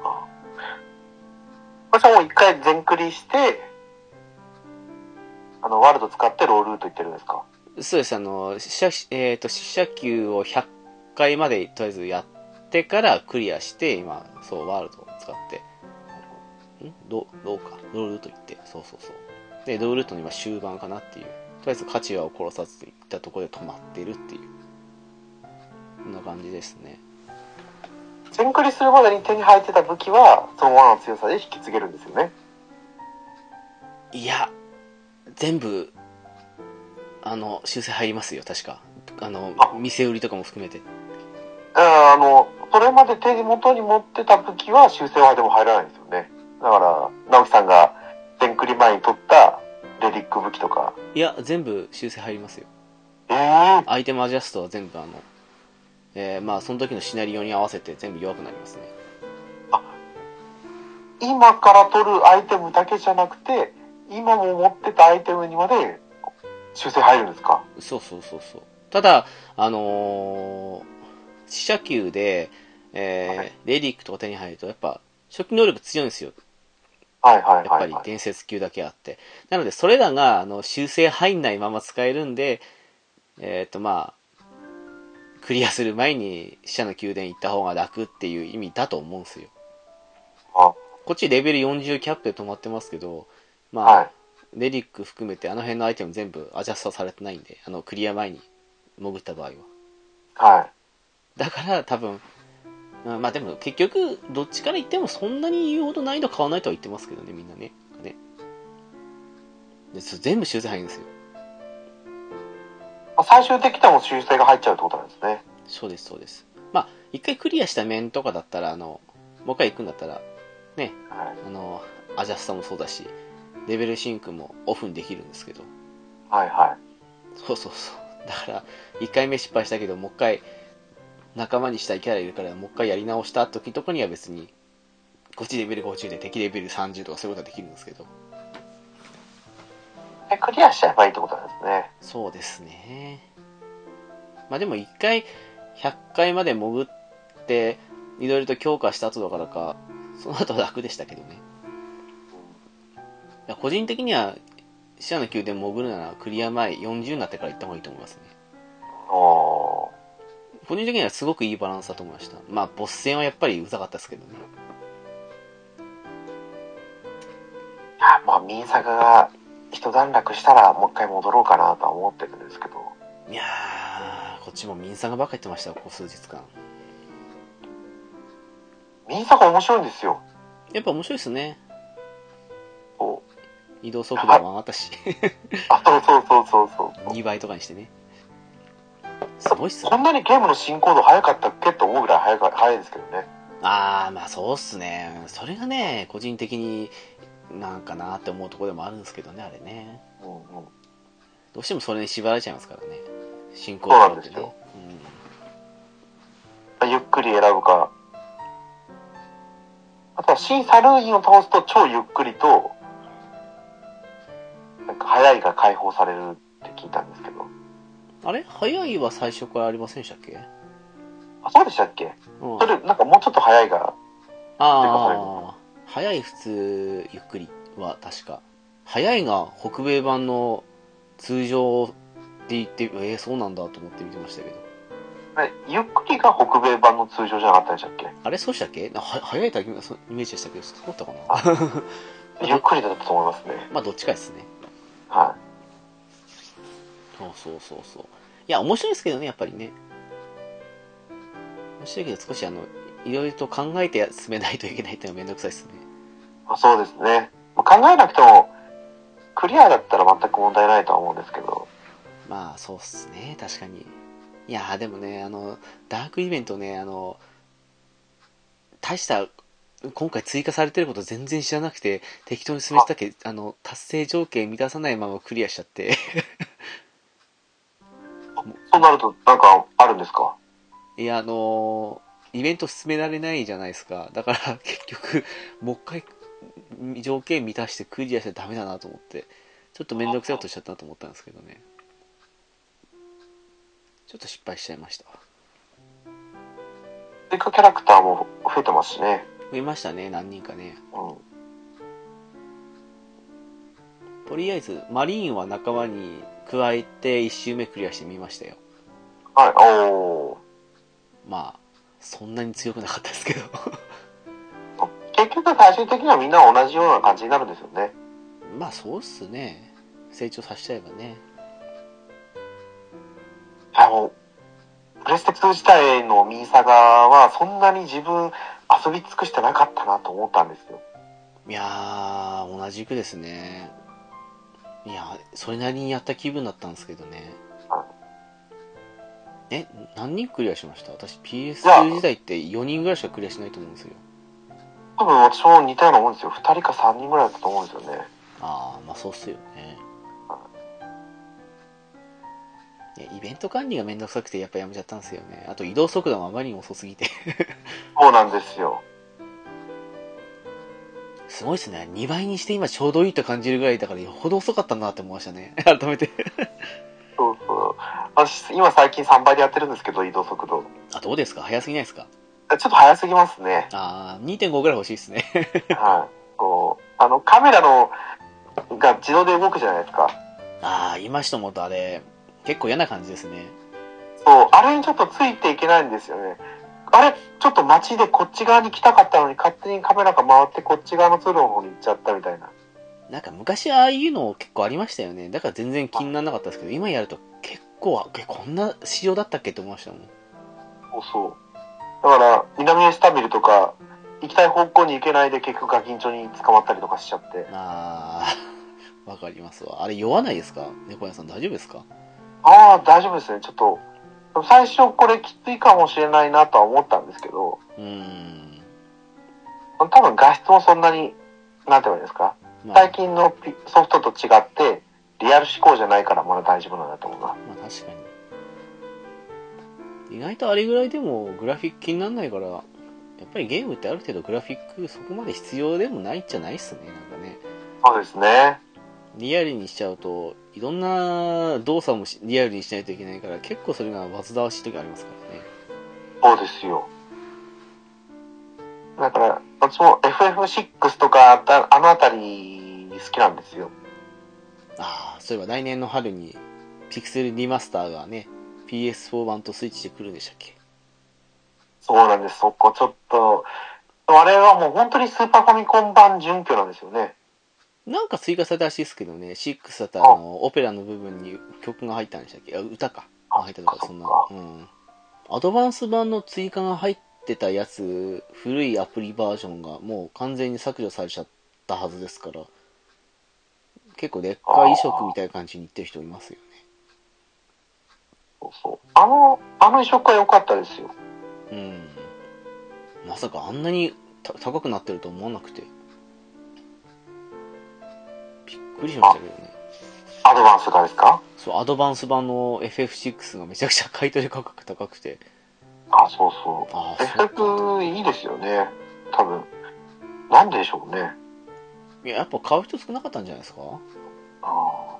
あこれさ、もう一回全クリして、あの、ワールド使ってロールート行ってるんですかそうです、あの、四捨、えっ、と、四捨球を100回までとりあえずやってからクリアして、今、そう、ワールドを使って、んロローか、ロールート行って、そうそうそう。で、ロールートの今終盤かなっていう。とりあえず、カチュアを殺さずに行ったところで止まってるっていう。こんな感じですね。全クリするまでに手に入ってた武器は、そのままの強さで引き継げるんですよね。いや、全部、あの、修正入りますよ、確か。あの、店売りとかも含めて。あーあの、それまで手元に持ってた武器は修正はでも入らないんですよね。だから、直樹さんが全クリ前に取ったレリック武器とか。いや、全部修正入りますよ。えー、アイテムアジャストは全部あの、えーまあその時のシナリオに合わせて全部弱くなりますね今から取るアイテムだけじゃなくて、今も持ってたアイテムにまで修正入るんですかそうそうそうそうただあのー、死者級で、えーはいレリックとか手に入るとやっぱ初期能力強いんですよはいはいやっはぱい、りはい。伝説級だけあってなのでそれらがあの修正入んないまま使えるんでえっ、とまあクリアする前に死者の宮殿行った方が楽っていう意味だと思うんですよあこっちレベル40キャップで止まってますけどまあ、はい。レリック含めてあの辺のアイテム全部アジャストされてないんであのクリア前に潜った場合ははい。だから多分、うんまあでも結局どっちから言ってもそんなに言うほど難易度変わらないとは言ってますけどねみんなねねでそう全部修正入るんですよまあ最終的にはもう修正が入っちゃうってことなんですね。そうですそうですまあ一回クリアした面とかだったらあのもう一回行くんだったらねはい。あのアジャストもそうだしレベルシンクもオフにできるんですけどはいはそうそうそう。だから、1回目失敗したけど、もう一回、仲間にしたいキャラいるから、もう一回やり直した時とかには別に、こっちレベル50で敵レベル30とかそういうことはできるんですけど。い。でクリアしちゃえばいいってことなんですね。そうですね。まあでも一回、100回まで潜って、いろいろと強化した後だからか、その後は楽でしたけどね。いや個人的には、死者の宮殿潜るならクリア前40になってから行った方がいいと思いますね。おー。個人的にはすごくいいバランスだと思いましたまあボス戦はやっぱりうざかったですけどねいやまあ、ミンサガが一段落したらもう一回戻ろうかなとは思ってるんですけど、いやーこっちも民さんがばっか言ってましたよここ数日間ミンサガ面白いんですよ。やっぱ面白いですねこう移動速度も上がったし <laughs> あ、そうそうそうそうそう。 2倍とかにしてねすごいっすこねんなにゲームの進行度早かったっけと思うぐらい早か早いですけどね。あーまあそうっすねそれがね個人的になんかなって思うところでもあるんですけどねあれねうんうん。どうしてもそれに縛られちゃいますからね進行そうなんですすねよゆっくり選ぶか。あとは、新サルーインを倒すと超ゆっくりと、なんか早いが解放されるって聞いたんですけど。うんあれ早いは最初からありませんでしたっけ、あ、そうでしたっけうんそれ、なんかもうちょっと早いが、ああ、早い普通ゆっくりは確か。早いが北米版の通常って言って、えー、そうなんだと思って見てましたけど。えゆっくりが北米版の通常じゃなかったでしたっけあれそうでしたっけなは早いだけのそイメージでしたけど、そうだったかなゆっくりだったと思いますね。まあどっちかですね。はそうそうそうそう。いや、面白いですけどね、やっぱりね。面白いけど少しあの、いろいろと考えて進めないといけないっていうのはめんどくさいですね。い。まあ、そうですね。まあ、考えなくても、クリアだったら全く問題ないとは思うんですけど。まあそうっすね確かにいやーでもねあのダークイベントねあの大した今回追加されてること全然知らなくて適当に進めてたけあの達成条件満たさないままクリアしちゃって <laughs> そうなると、なんかあるんですかいやあ <laughs> のーイベント進められないじゃないですかだから結局もう一回条件満たしてクリアしちゃダメだなと思ってちょっと面倒くさいことしちゃったなと思ったんですけどねちょっと失敗しちゃいました追加キャラクターも増えてますしね。増えましたね何人かねうん。とりあえずマリーンは仲間に加えて1周目クリアしてみましたよはい、おまあそんなに強くなかったですけど <laughs> ー。結局最終的にはみんな同じような感じになるんですよね。まあそうっすね成長させちゃえばねあの、プレステ2自体のミーサガはそんなに自分遊び尽くしてなかったなと思ったんですよ。いやー同じくですねいやそれなりにやった気分だったんですけどねえ何人クリアしました私 PS2 時代って4人ぐらいしかクリアしないと思うんですよ多分私も似たようなもんですよ。2人か3人ぐらいだったと思うんですよね。ああまあそうっすよねいやイベント管理がめんどくさくてやっぱやめちゃったんですよねあと移動速度もあまりにも遅すぎて <laughs> そうなんですよ。すごいっすね2倍にして今ちょうどいいと感じるぐらいだからよほど遅かったなって思いましたね <laughs> 改めてそうそう。私、今最近3倍でやってるんですけど、移動速度。あどうですか早すぎないですかちょっと早すぎますね。ああ2.5ぐらい欲しいっすね <laughs> はい。そう。あの、カメラの、が自動で動くじゃないですか。ああ今しともとあれ結構嫌な感じですねそう、あれにちょっとついていけないんですよね。あれ、ちょっと街でこっち側に来たかったのに勝手にカメラが回ってこっち側の通路の方に行っちゃったみたいな。なんか昔ああいうの結構ありましたよねだから全然気にならなかったですけど今やると結構あえこんな仕様だったっけって思いましたもんそうそう。だから、南エスタビルとか、行きたい方向に行けないで結局ガキンチョに捕まったりとかしちゃって。あ <laughs> ー、わかりますわ。あれ、酔わないですか猫屋さん大丈夫ですかああ、大丈夫ですね。ちょっと、最初これきついかもしれないなとは思ったんですけど、うーん。多分画質もそんなに、なんて言えばいいんですかまあ最、近のピソフトと違って、リアル思考じゃないからまだ大丈夫なんだと思うな。まあ確かに。意外とあれぐらいでもグラフィック気にならないから、やっぱりゲームってある程度グラフィックそこまで必要でもないんじゃないっすね、なんかね。そうですね。リアルにしちゃうと、いろんな動作もしリアルにしないといけないから、結構それが煩わしい時ありますからね。そうですよ。だから、私も FF6 とかあたあのあたり好きなんですよ。ああ、そういえば来年の春に、ピクセルリマスターがね、PS4 版とスイッチで来るんでしたっけそうなんです。そこちょっと、あれはもう本当にスーパーファミコン版準拠なんですよね。なんか追加されたらしいですけどね、6だったらあのオペラの部分に曲が入ったんでしたっけあ歌か。あ入ったとか、そんな。うん。アドバンス版の追加が入ってたやつ、古いアプリバージョンがもう完全に削除されちゃったはずですから、結構劣化移植みたいな感じにいってる人いますよそうそう。あの、あの移植は良かったですよ。ね。うん。まさかあんなにた高くなってると思わなくて。びっくりしましたけどね。アドバンスがですかそう、アドバンス版の FF6 がめちゃくちゃ買い取り価格高くて、あ、そうそあう。あ、そうか。 SF いいですよね。多分。なんででしょうね。いや、やっぱ買う人少なかったんじゃないですかあ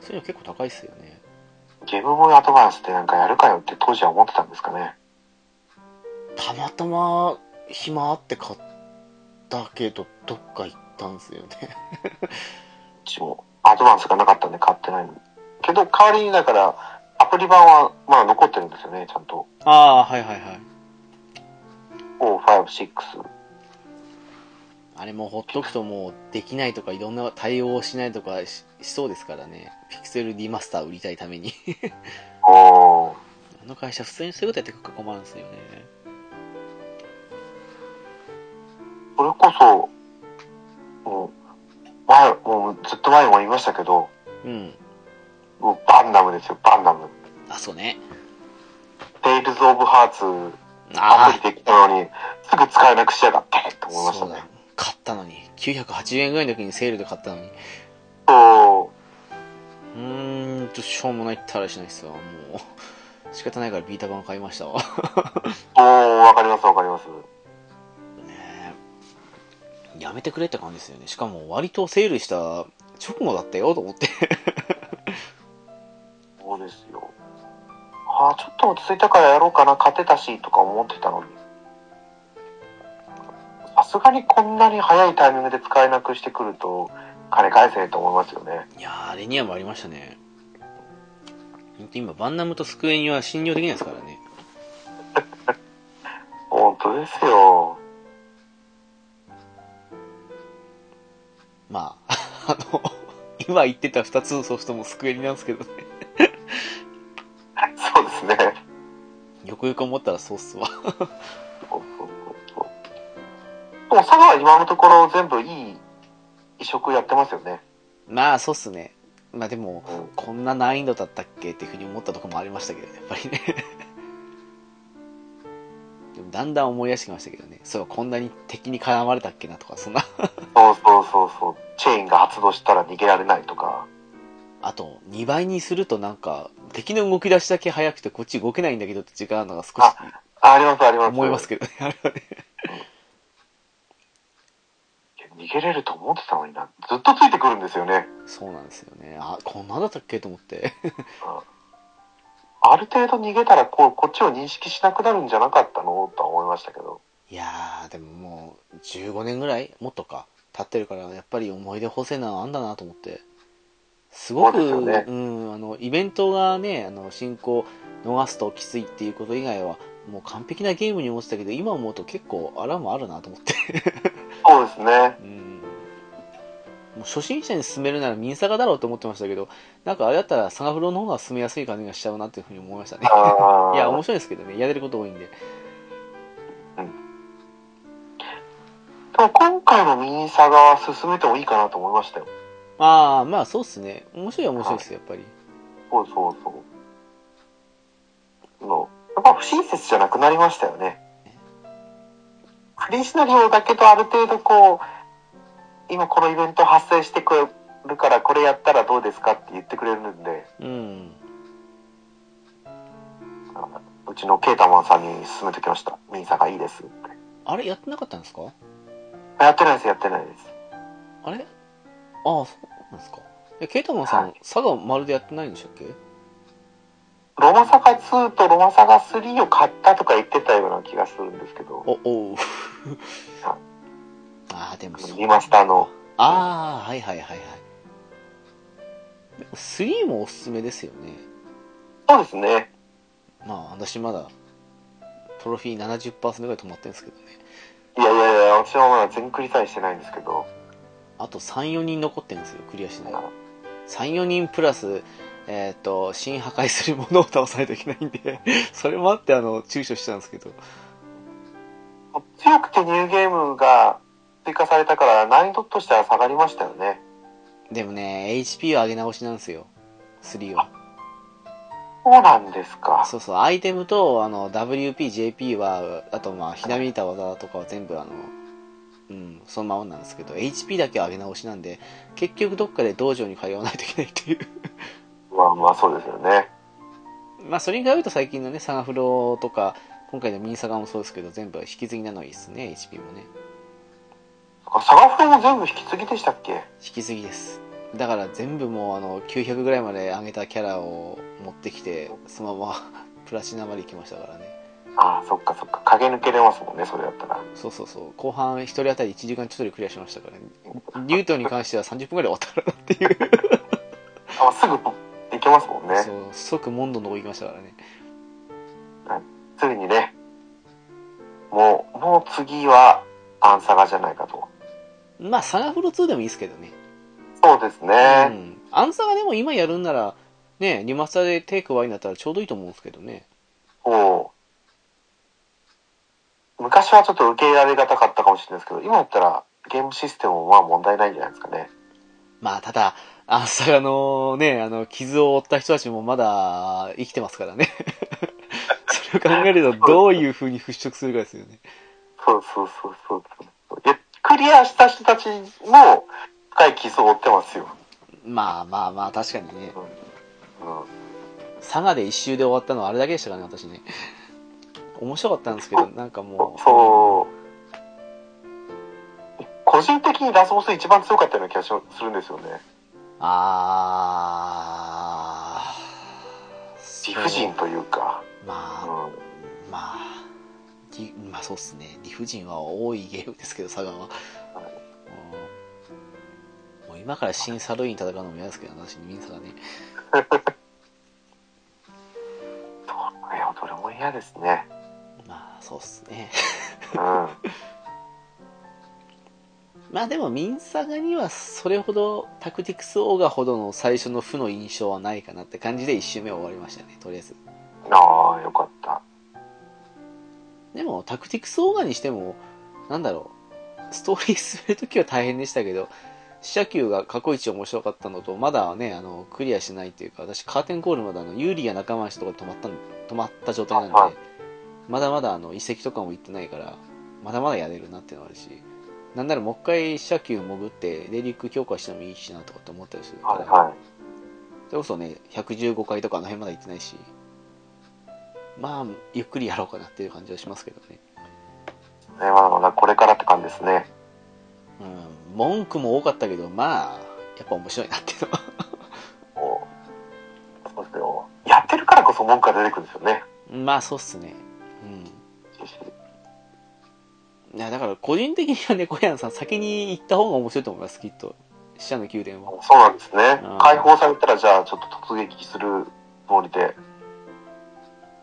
そういうの結構高いっすよね。ーゲームボーイアドバンスってなんかやるかよって当時は思ってたんですかね。たまたま暇あって買ったけど、どっか行ったんすよね。うちもアドバンスがなかったんで買ってないのけど代わりにだからアプリ版はまだ残ってるんですよねちゃんと <laughs> ああ、はいはいはい。 456あれもうほっとくともうできないとかいろんな対応をしないとかししそうですからね。ピクセルリマスター売りたいため <laughs> に。おーあの会社普通にそういうことやってくる困るんですよね。それこそもう前もうずっと前にも言いましたけどうん。もうバンダムですよバンダムあ、そうね。テイルズ・オブ・ハーツアああプ。リできたのにすぐ使えなくしやがってと思いましそたうだね。買ったのに。980円ぐらいの時にセールで買ったのに。うそうーんと、しょうもないったらしないっすわ。もう、仕方ないからビータ版買いましたわ。おーわかりますわかりますねえ <laughs> やめてくれって感じですよねしかも割とセールした直後だったよと思ってそうですよ。ああ、ちょっと落ち着いたからやろうかな、勝てたし、とか思ってたのに。さすがにこんなに早いタイミングで使えなくしてくると、金返せと思いますよね。いやーあれにはもありましたねほんと今バンナムとスクエニは信用できないですからね本当ですよ。 <laughs> まあ <laughs> あの今言ってた2つのソフトもスクエニなんですけどねそうですね。よくよく思ったらそうっすわでも佐賀は今のところ全部いい移植やってますよね。まあそうっすねまあでもこんな難易度だったっけっていうふうに思ったとこもありましたけどやっぱりね <laughs> でもだんだん思い出してきましたけどねそうこんなに敵に絡まれたっけなとかそんなそうそうそうそう。チェーンが発動したら逃げられないとか。あと2倍にするとなんか敵の動き出しだけ速くてこっち動けないんだけどって違うのが少しあありますあります。思いますけどねあれはね逃げれると思ってたのにな。ずっとついてくるんですよね。そうなんですよねあこんなんだったっけと思ってある程度逃げたらこうこっちを認識しなくなるんじゃなかったのとは思いましたけどいやーでももう15年ぐらいもっとか経ってるからやっぱり思い出補正なのあんだなと思ってすごくそうですよねうん、あのイベントがねあの進行逃すときついっていうこと以外はもう完璧なゲームに思ってたけど今思うと結構アラームあるなと思ってそうですねうんもう初心者に進めるならミンサガだろうと思ってましたけどなんかあれだったらサガフロの方が進めやすい感じがしちゃうなっていうふうに思いましたねあ <laughs> いーや面白いですけどねやれること多いんででも今回のミニサガは進めてもいいかなと思いましたよああまあそうっすね面白いは面白いですよやっぱりそうそうそうのやっぱ不親切じゃなくなりましたよねフリーシナリオだけどある程度こう今このイベント発生してくるからこれやったらどうですかって言ってくれるんでうんあのうちのケータマンさんに勧めてきましたミニサガいいですってあれやってなかったんですかやってないですやってないですあれああ、そうなんですか。え、ケイタマンさん、はい佐賀まるでやってないんでしたっけロマサガ2とロマサガ3を買ったとか言ってたような気がするんですけど、お、おう。 <laughs> ああ、でもそう。リマスターの。ああ、はいはいはいはい。でも3もおすすめですよね。そうですね。まあ、私まだ、トロフィー70%ぐらい止まってるんですけどね。いやいやいや、私はまだ全クリさえしてないんですけど、あと3、4人残ってるんですよ、クリアしない。3、4人プラス、えっ、と、新破壊するものを倒さないといけないんで、 <laughs> それもあって、あの、躊躇したんですけど。強くてニューゲームが追加されたから難易度としては下がりましたよね。でもね、HP を上げ直しなんですよ。3は。そうなんですか。そうそう、アイテムと、あの、WP、JP は、あと、まあ、ひなびいた技とかは全部、あの、うん、そのままなんですけど、HP だけ上げ直しなんで、結局どっかで道場に通わないといけないっていう。 <laughs> まあまあそうですよね。まあ、それに比べると最近のね、サガフロとか、今回のミニサガもそうですけど、全部引き継ぎなのいいっすね、HP もね。サガフレも全部引き継ぎでしたっけ引き継ぎです。だから全部もう、あの、900ぐらいまで上げたキャラを持ってきて、そのまま、 <laughs> プラチナまで行きましたからね。ああ、そっかそっか。影抜けれますもんね、それだったら。そうそうそう後半1人当たり1時間ちょっとでクリアしましたからねリュートに関しては30分ぐらいで終わったからなっていうあすぐ行けますもんね。そう即モンドの方行きましたからねついにね、もう、もう次はアンサガじゃないかと。まあサガフロ2でもいいですけどね、そうですうね。ん、アンサガでも今やるんならねリマスターでテイク1になったらちょうどいいと思うんですけどねこう昔はちょっと受け入れられがたかったかもしれないですけど、今だったらゲームシステムもまあ問題ないんじゃないですかね。まあただアンサガのねあの傷を負った人たちもまだ生きてますからねそれを考えるとどういう風に払拭するかですよねそうそうそうそうそう。いや、クリアした人たちも深い傷を負ってますよ。まあまあまあ確かにねうん。佐賀で一周で終わったのはあれだけでしたからね私ね <laughs> 面白かったんですけどなんかもうそう。こ個人的にラスボス一番強かったような気がしまするんですよね。あー。理不尽というか。うまあ、ん。まあ、りまあそうっすね。理不尽は多いゲームですけど、佐賀は。うんもう今から新サルイン戦うのも嫌ですけど、私、ミンサがね。どいや、どれも嫌ですね。まあ、そうっすね。うん。まあでも、ミンサガにはそれほど、タクティクスオーガほどの最初の負の印象はないかなって感じで1周目は終わりましたね、とりあえず。ああ、よかった。でも、タクティクスオーガにしても、なんだろう、ストーリー進めるときは大変でしたけど、死者級が過去一面白かったのと、まだね、あの、クリアしないっていうか、私カーテンコールまであの、有利や仲間の人が止まったの、止まった状態なのはいで、まだまだあの、遺跡とかも行ってないから、まだまだやれるなっていうのはあるし、なんならもう一回死者級潜って、レリック強化してもいいしなとかって思ったりするから、はいはそれこそね、115回とかあの辺まだ行ってないし、まあ、ゆっくりやろうかなっていう感じはしますけどね。い。ね、まだまだこれからって感じですね。うん、文句も多かったけど、まあ、やっぱ面白いなっていうのは。もうそうですよ。やってるからこそ文句が出てくるんですよね。 <laughs> まあ、そうっすね。うん。いや、だから、個人的にはね、小山さん、先に行った方が面白いと思います、きっと。死者の宮殿は。そうなんですねうん。解放されたら、じゃあ、ちょっと突撃するつもりで。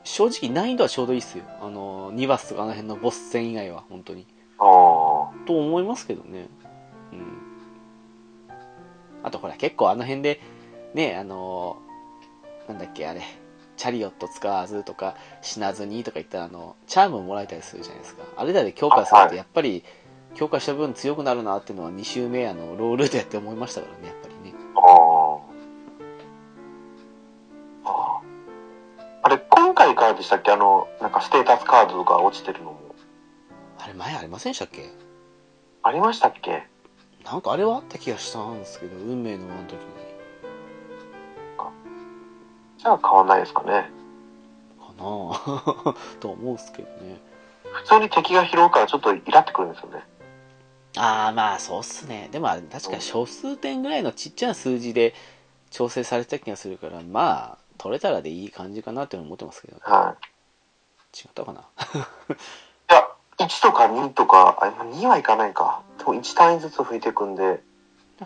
正直、難易度はちょうどいいっすよ。あの、2バスとかあの辺のボス戦以外は、本当に。ああ。と思いますけどね。うん。あとほら、結構あの辺で、ね、あのーなんだっけ、あれ、チャリオット使わずとか、死なずにとか言ったら、あの、チャームもらえたりするじゃないですか。あれだけ強化すあるはと、いやっぱり、強化した分強くなるなっていうのは2周目、あの、ロールでやって思いましたからね、やっぱりね。ああ。ああ。あれ、今回からでしたっけあの、なんかステータスカードとか落ちてるのも。あれ、前ありませんでしたっけありましたっけなんかあれはあった気がしたんですけど、運命のあの時に。じゃあ変わんないですかね。かなぁ <laughs> と思うんですけどね。普通に敵が拾うからちょっとイラってくるんですよね。ああまあそうっすねでもあれ確か小数点ぐらいのちっちゃな数字で調整されてた気がするからまあ取れたらでいい感じかなっていうのは思ってますけど違はい。ったかないや、1とか2とか、あ、2はいかないか。でも1単位ずつ増えていくんで、なんか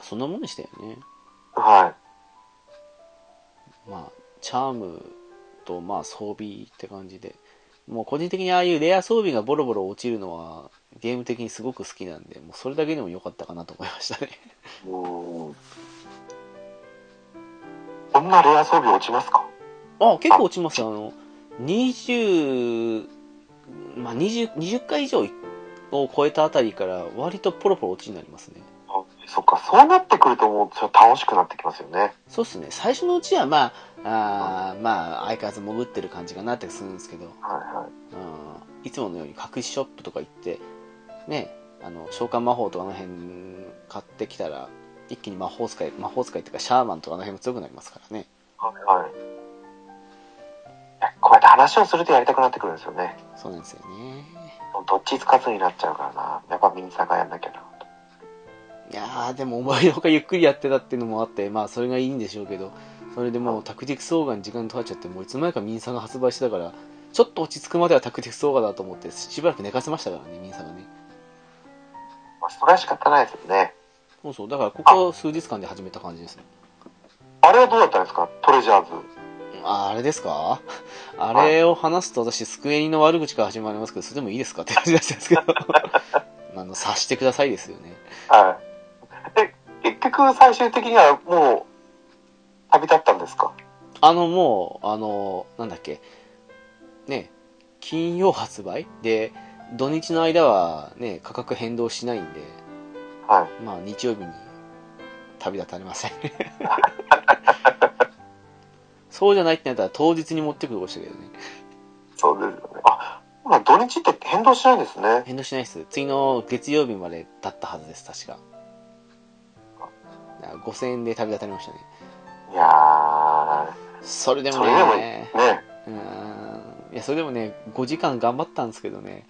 そんなもんでしたよねはまあチャームとまあ装備って感じでもう個人的にああいうレア装備がボロボロ落ちるのはゲーム的にすごく好きなんでもうそれだけでも良かったかなと思いましたねい。うーん。こんなレア装備落ちますかあ結構落ちますよあの20まあ 20, 20回以上を超えたあたりから割とポロポロ落ちになりますねあそっか、そうなってくるともう、それは楽しくなってきますよね。そうっすね最初のうちはまああーまあ相変わらず潜ってる感じかなってするんですけど、はいはい。うん、いつものように隠しショップとか行ってねあの召喚魔法とかあの辺買ってきたら一気に魔法使い魔法使いっていうかシャーマンとかあの辺も強くなりますからねはいはい。いやこうやって話をするとやりたくなってくるんですよね。そうなんですよねどっちつかずになっちゃうからな。やっぱミニサがやんなきゃな。いやーでも思いのほかゆっくりやってたっていうのもあってまあそれがいいんでしょうけどそれでもうタクティクスオーガに時間取られちゃってもういつの間にかミンサが発売してたからちょっと落ち着くまではタクティクスオーガだと思ってしばらく寝かせましたからねミンサがねまあ、それは仕方ないですよね。そうそう、だからここ数日間で始めた感じです。あれはどうだったんですかトレジャーズ。ああれですかあれを話すと私、スクエニの悪口から始まりますけど、それでもいいですかって感じなんですけど。あの、察してくださいですよね。はい。え、結局最終的にはもう、旅立ったんですかあの、もう、あの、なんだっけ。ね、金曜発売で、土日の間はね、価格変動しないんで、はい。まあ日曜日に旅立たれま <laughs> せん。そうじゃないってなったら当日に持ってくることでしたけどね。そうですよね。あ、まあ、土日って変動しないんですね。変動しないです次の月曜日までだったはずです確かだから5000円で旅立たれましたねいやー、それでもそれでもねね、ねうーんいやそれでもね5時間頑張ったんですけどね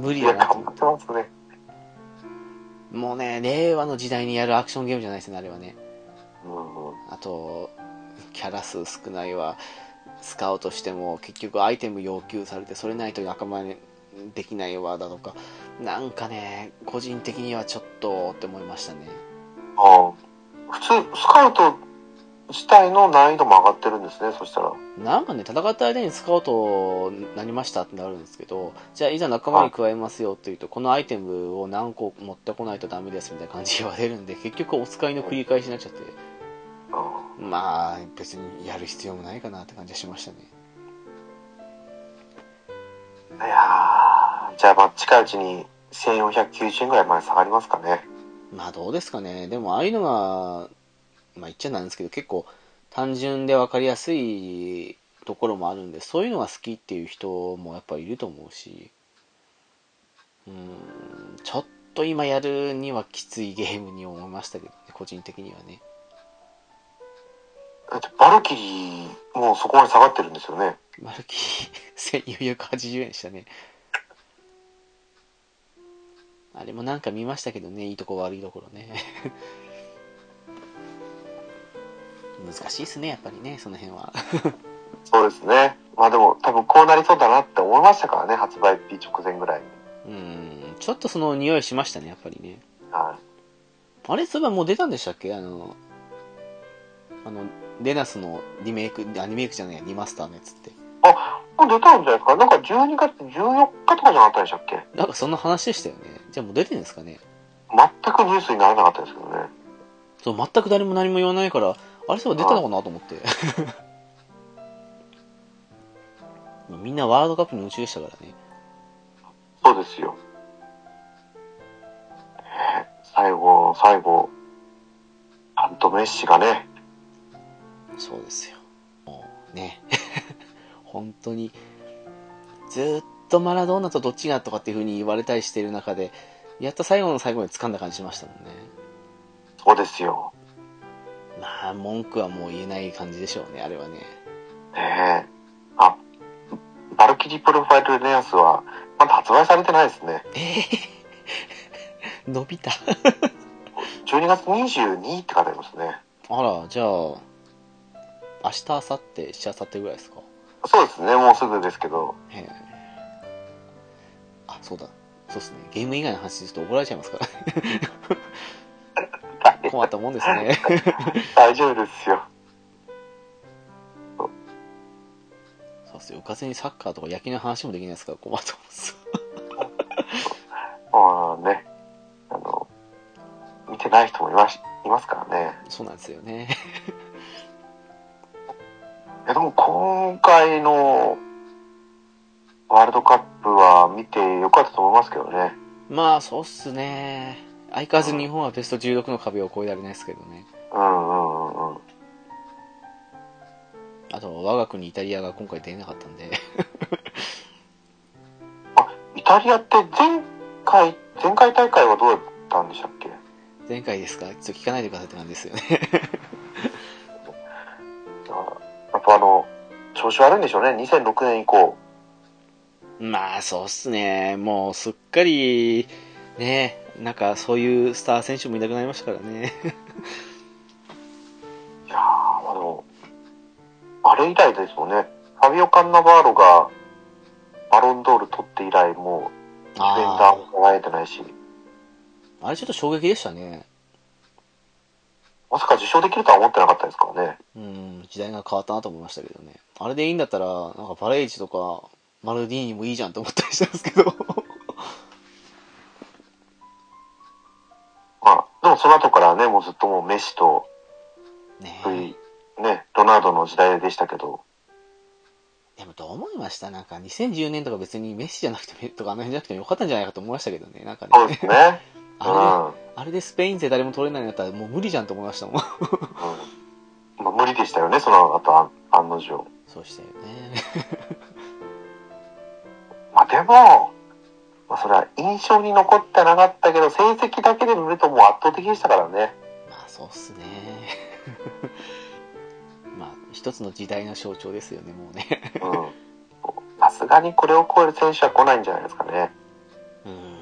無理いだや、なと頑思張っっててますね。もうね、令和の時代にやるアクションゲームじゃないですね、あれはね。うんうんあと、キャラ数少ないわ。スカウトしても結局アイテム要求されてそれないと仲間にできないわだとかなんかね個人的にはちょっとって思いましたねああ普通スカウト自体の難易度も上がってるんですねそしたらなんかね、戦った間にスカウトになりましたってなるんですけど、じゃあいざ仲間に加えますよっていうと、このアイテムを何個持ってこないとダメですみたいな感じで言われるんで、結局お使いの繰り返しになっちゃって、あまあ、別にやる必要もないかなって感じはしましたね。あいやーじゃあまあ近いうちに1490円ぐらいまで下がりますかねまあどうですかね。でもああいうのが、まあ言っちゃなんですけど、結構単純でわかりやすいところもあるんで、そういうのが好きっていう人もやっぱいると思うし、うーん、ちょっと今やるにはきついゲームに思いましたけどね、個人的にはね。だってバルキリーもうそこまで下がってるんですよねマルキー、1480円でしたね。あれもなんか見ましたけどね、いいとこ悪いところね。 <laughs> 難しいっすね、やっぱりね、その辺は。そうですねまあでも多分こうなりそうだなって思いましたからね発売日直前ぐらいにうん、ちょっとその匂いしましたね、やっぱりね。はいあれ、そういえばもう出たんでしたっけあの、あの、レナスのリメイク、あ、リメイクじゃないや、リマスターのやつって。もう出たんじゃないですかなんか12月14日とかじゃなかったでしたっけなんかそんな話でしたよね。じゃあもう出てるんですかね全くニュースにならなかったですけどねそう、全く誰も何も言わないから、あれそういえば出たのかなと思って。みんなワールドカップに夢中でしたからね。そうですよ。えー最後、最後、ちゃんとメッシがね、そうですよ。もうね。 <laughs> 本当に、ずーっとマラドーナとどっちがとかっていう風に言われたりしてる中で、やっと最後の最後に掴んだ感じしましたもんね。そうですよ。まあ、文句はもう言えない感じでしょうね、あれはね。ねえ。あ、バルキリープロファイルレアスは、まだ発売されてないですね。えー伸びた。 <laughs> 12月22って書いてありますね。あら、じゃあ、明日、明後日、しあさってぐらいですか。そうですね、もうすぐですけど。へえ。あ、そうだ。そうですね。ゲーム以外の話すると怒られ <laughs> ちゃいますから。困ったもんですね。大丈夫ですよ。そうっすよ。うかずにサッカーとか野球の話もできないですから困ったもんです。まあね、あの、見てない人もいますいますからね。そうなんですよね。いやでも今回のワールドカップは見てよかったと思いますけどね。まあ、そうっすね。相変わらず日本はベスト16の壁を越えられないですけどね。うんうんうんうん。あと、我が国イタリアが今回出れなかったんで。イタリアって前回、前回大会はどうだったんでしたっけ前回ですかちょっと聞かないでくださいって感じですよね。 <laughs> あやっぱあの、調子悪いんでしょうね。2006年以降。まあ、そうっすね。もう、すっかり、ね、なんか、そういうスター選手もいなくなりましたからね。いやー、まあでも、あれ以来ですもんね。ファビオ・カンナバーロがバロンドール取って以来もう、ディフェンダーも考えてないし、ああれちょっと衝撃でしたね。まさか受賞できるとは思ってなかったですからね。うん、時代が変わったなと思いましたけどね。あれでいいんだったら、なんかバレエチとか、マルディーニもいいじゃんと思ったりしたんですけ <laughs> ど。まあ、でもその後からね、もうずっともうメッシとねそういうね、ロナウドの時代でしたけど、でもどう思いましたなんか2010年とか別にメッシじゃなくてもとかあの辺じゃなくてもよかったんじゃないかと思いましたけどね。なんかそうでね。すね。うん。うんあれで、あれでスペイン勢誰も取れないんだったらもう無理じゃんと思いましたもん。まあ、無理でしたよね、その後、あ案の定。そうしたよね。まあ、でも、まあ、それは印象に残ってなかったけど、成績だけで見るともう圧倒的でしたからね。 <laughs> まあそうっすね。 <laughs> まあ一つの時代の象徴ですよね、もうね。うん。さすがにこれを超える選手は来ないんじゃないですかね。うん。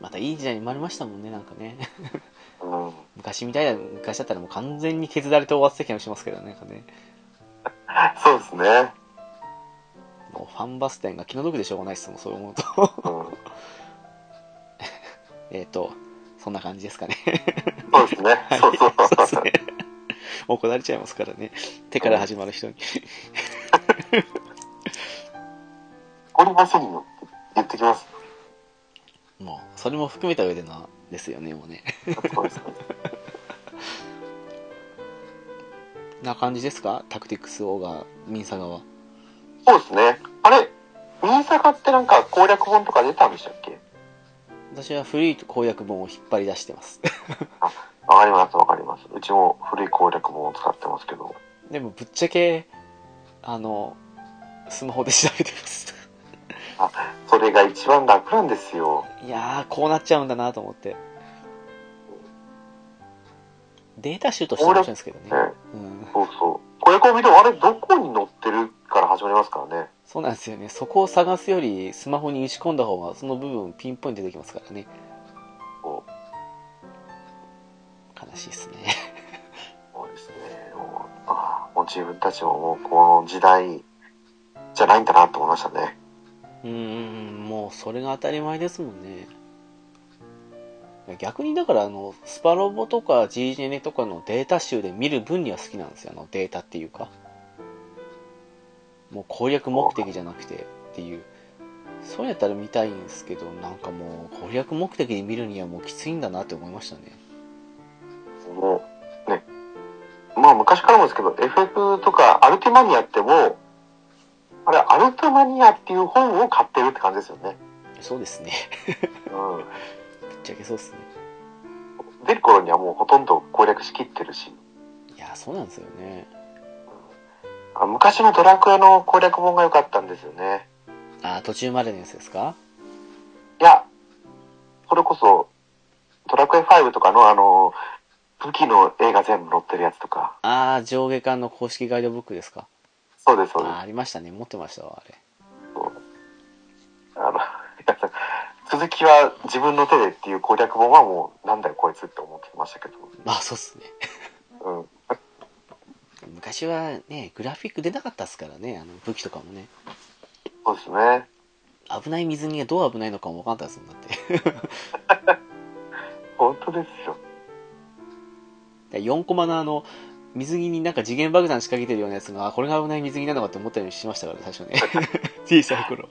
またいい時代に生まれましたもんね、なんかね。うん。昔みたいな、昔だったらもう完全に削られて終わってた気がしますけどね、なんかね。そうですね。もうファンバス店が気の毒でしょうがないっすもん、そう思うと。 <laughs> うん。えっと、そんな感じですかね。そうですね。そうそうそうそでうすね。 <laughs> もう怒られちゃいますからね。手から始まる人に。怒りませんよ。言ってきます。もう、それも含めた上でのですよね、もうね。そうですね。な感じですかタクティクスオーガー、ミンサガは。そうですね。あれ、ミーサガってなんか攻略本とか出たんでしたっけ私は古い攻略本を引っ張り出してます。わかります、わかります。うちも古い攻略本を使ってますけど。でも、ぶっちゃけ、あの、スマホで調べてます。それが一番楽なんですよ。いやー、こうなっちゃうんだなと思って。データ集としては面白いんですけどねね。。うん。そうそう。攻略を見ても、あれ、どこに載ってるから始まりますからね。そうなんですよね。そこを探すより、スマホに打ち込んだ方が、その部分ピンポイントでできますからね。そ悲しいですね。そうですね。もう、ああもう自分たちももうこの時代じゃないんだなと思いましたね。うーん、もうそれが当たり前ですもんね。逆にだからあの、スパロボとか GGN とかのデータ集で見る分には好きなんですよ、あのデータっていうか。もう攻略目的じゃなくてっていう。そうやったら見たいんですけど、なんかもう攻略目的で見るにはもうきついんだなって思いましたね。もう、ね。まあ昔からもですけど、FF とかアルティマニアってもう、あれ、アルティマニアっていう本を買ってるって感じですよね。そうですね。 <laughs> うぶっちゃけそうですね。ん。出る頃にはもうほとんど攻略しきってるし、いや、そうなんですよね。あ昔のドラクエの攻略本が良かったんですよね。あー、途中までのやつですかいや、それこそ、ドラクエ5とかのあの、武器の絵が全部載ってるやつとか。あー、上下巻の公式ガイドブックですか。そうです、そうであー、す。ありましたね。持ってましたわ、あれ。あの、 <laughs> 続きは自分の手でっていう攻略本はもう、なんだよこいつって思ってましたけど。まあそうっすね。うん。昔はね、グラフィック出なかったっすからね、あの武器とかもね。そうですね。危ない水着がどう危ないのかも分かんなかったですもん、だって。本当ですよ。 <laughs> で4コマのあの、水着になんか次元爆弾仕掛けてるようなやつが、あこれが危ない水着なのかって思ったようにしましたから、最初ね。 <laughs> 小さい頃。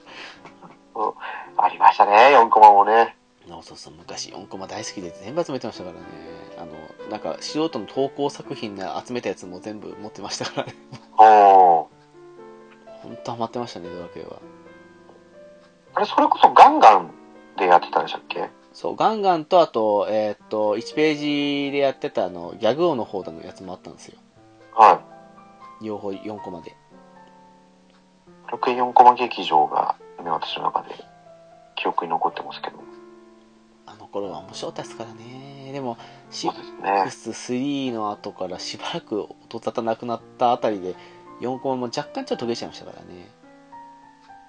ありましたね、4コマもね。そうそうそう、昔4コマ大好きで全部集めてましたからね。あの、なんか素人の投稿作品で集めたやつも全部持ってましたからね。 <laughs> おー。ほんとハマってましたね、ドラクエは。あれ、それこそガンガンでやってたんでしたっけそう、ガンガンとあと、えーっと、1ページでやってたあの、ギャグ王の方のやつもあったんですよ。は両方4コマで。い。6 4コマ劇場が、ね、私の中で、記憶に残ってますけど。あの頃は面白かったですからね。でも、シそうッですクね。ス3の後からしばらく音沙汰なくなったあたりで、4コマも若干ちょっと途切れちゃいましたからね。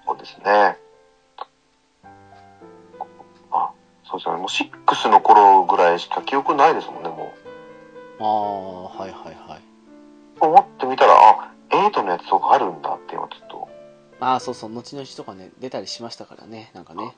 そうですね。あ、そうですよね。もう6の頃ぐらいしか記憶ないですもんね、もああ、はいはいはい。う。思ってみたら、あ、8のやつとかあるんだって今ちょっと。ああ、そうそう、後々とかね、出たりしましたからね、なんかね。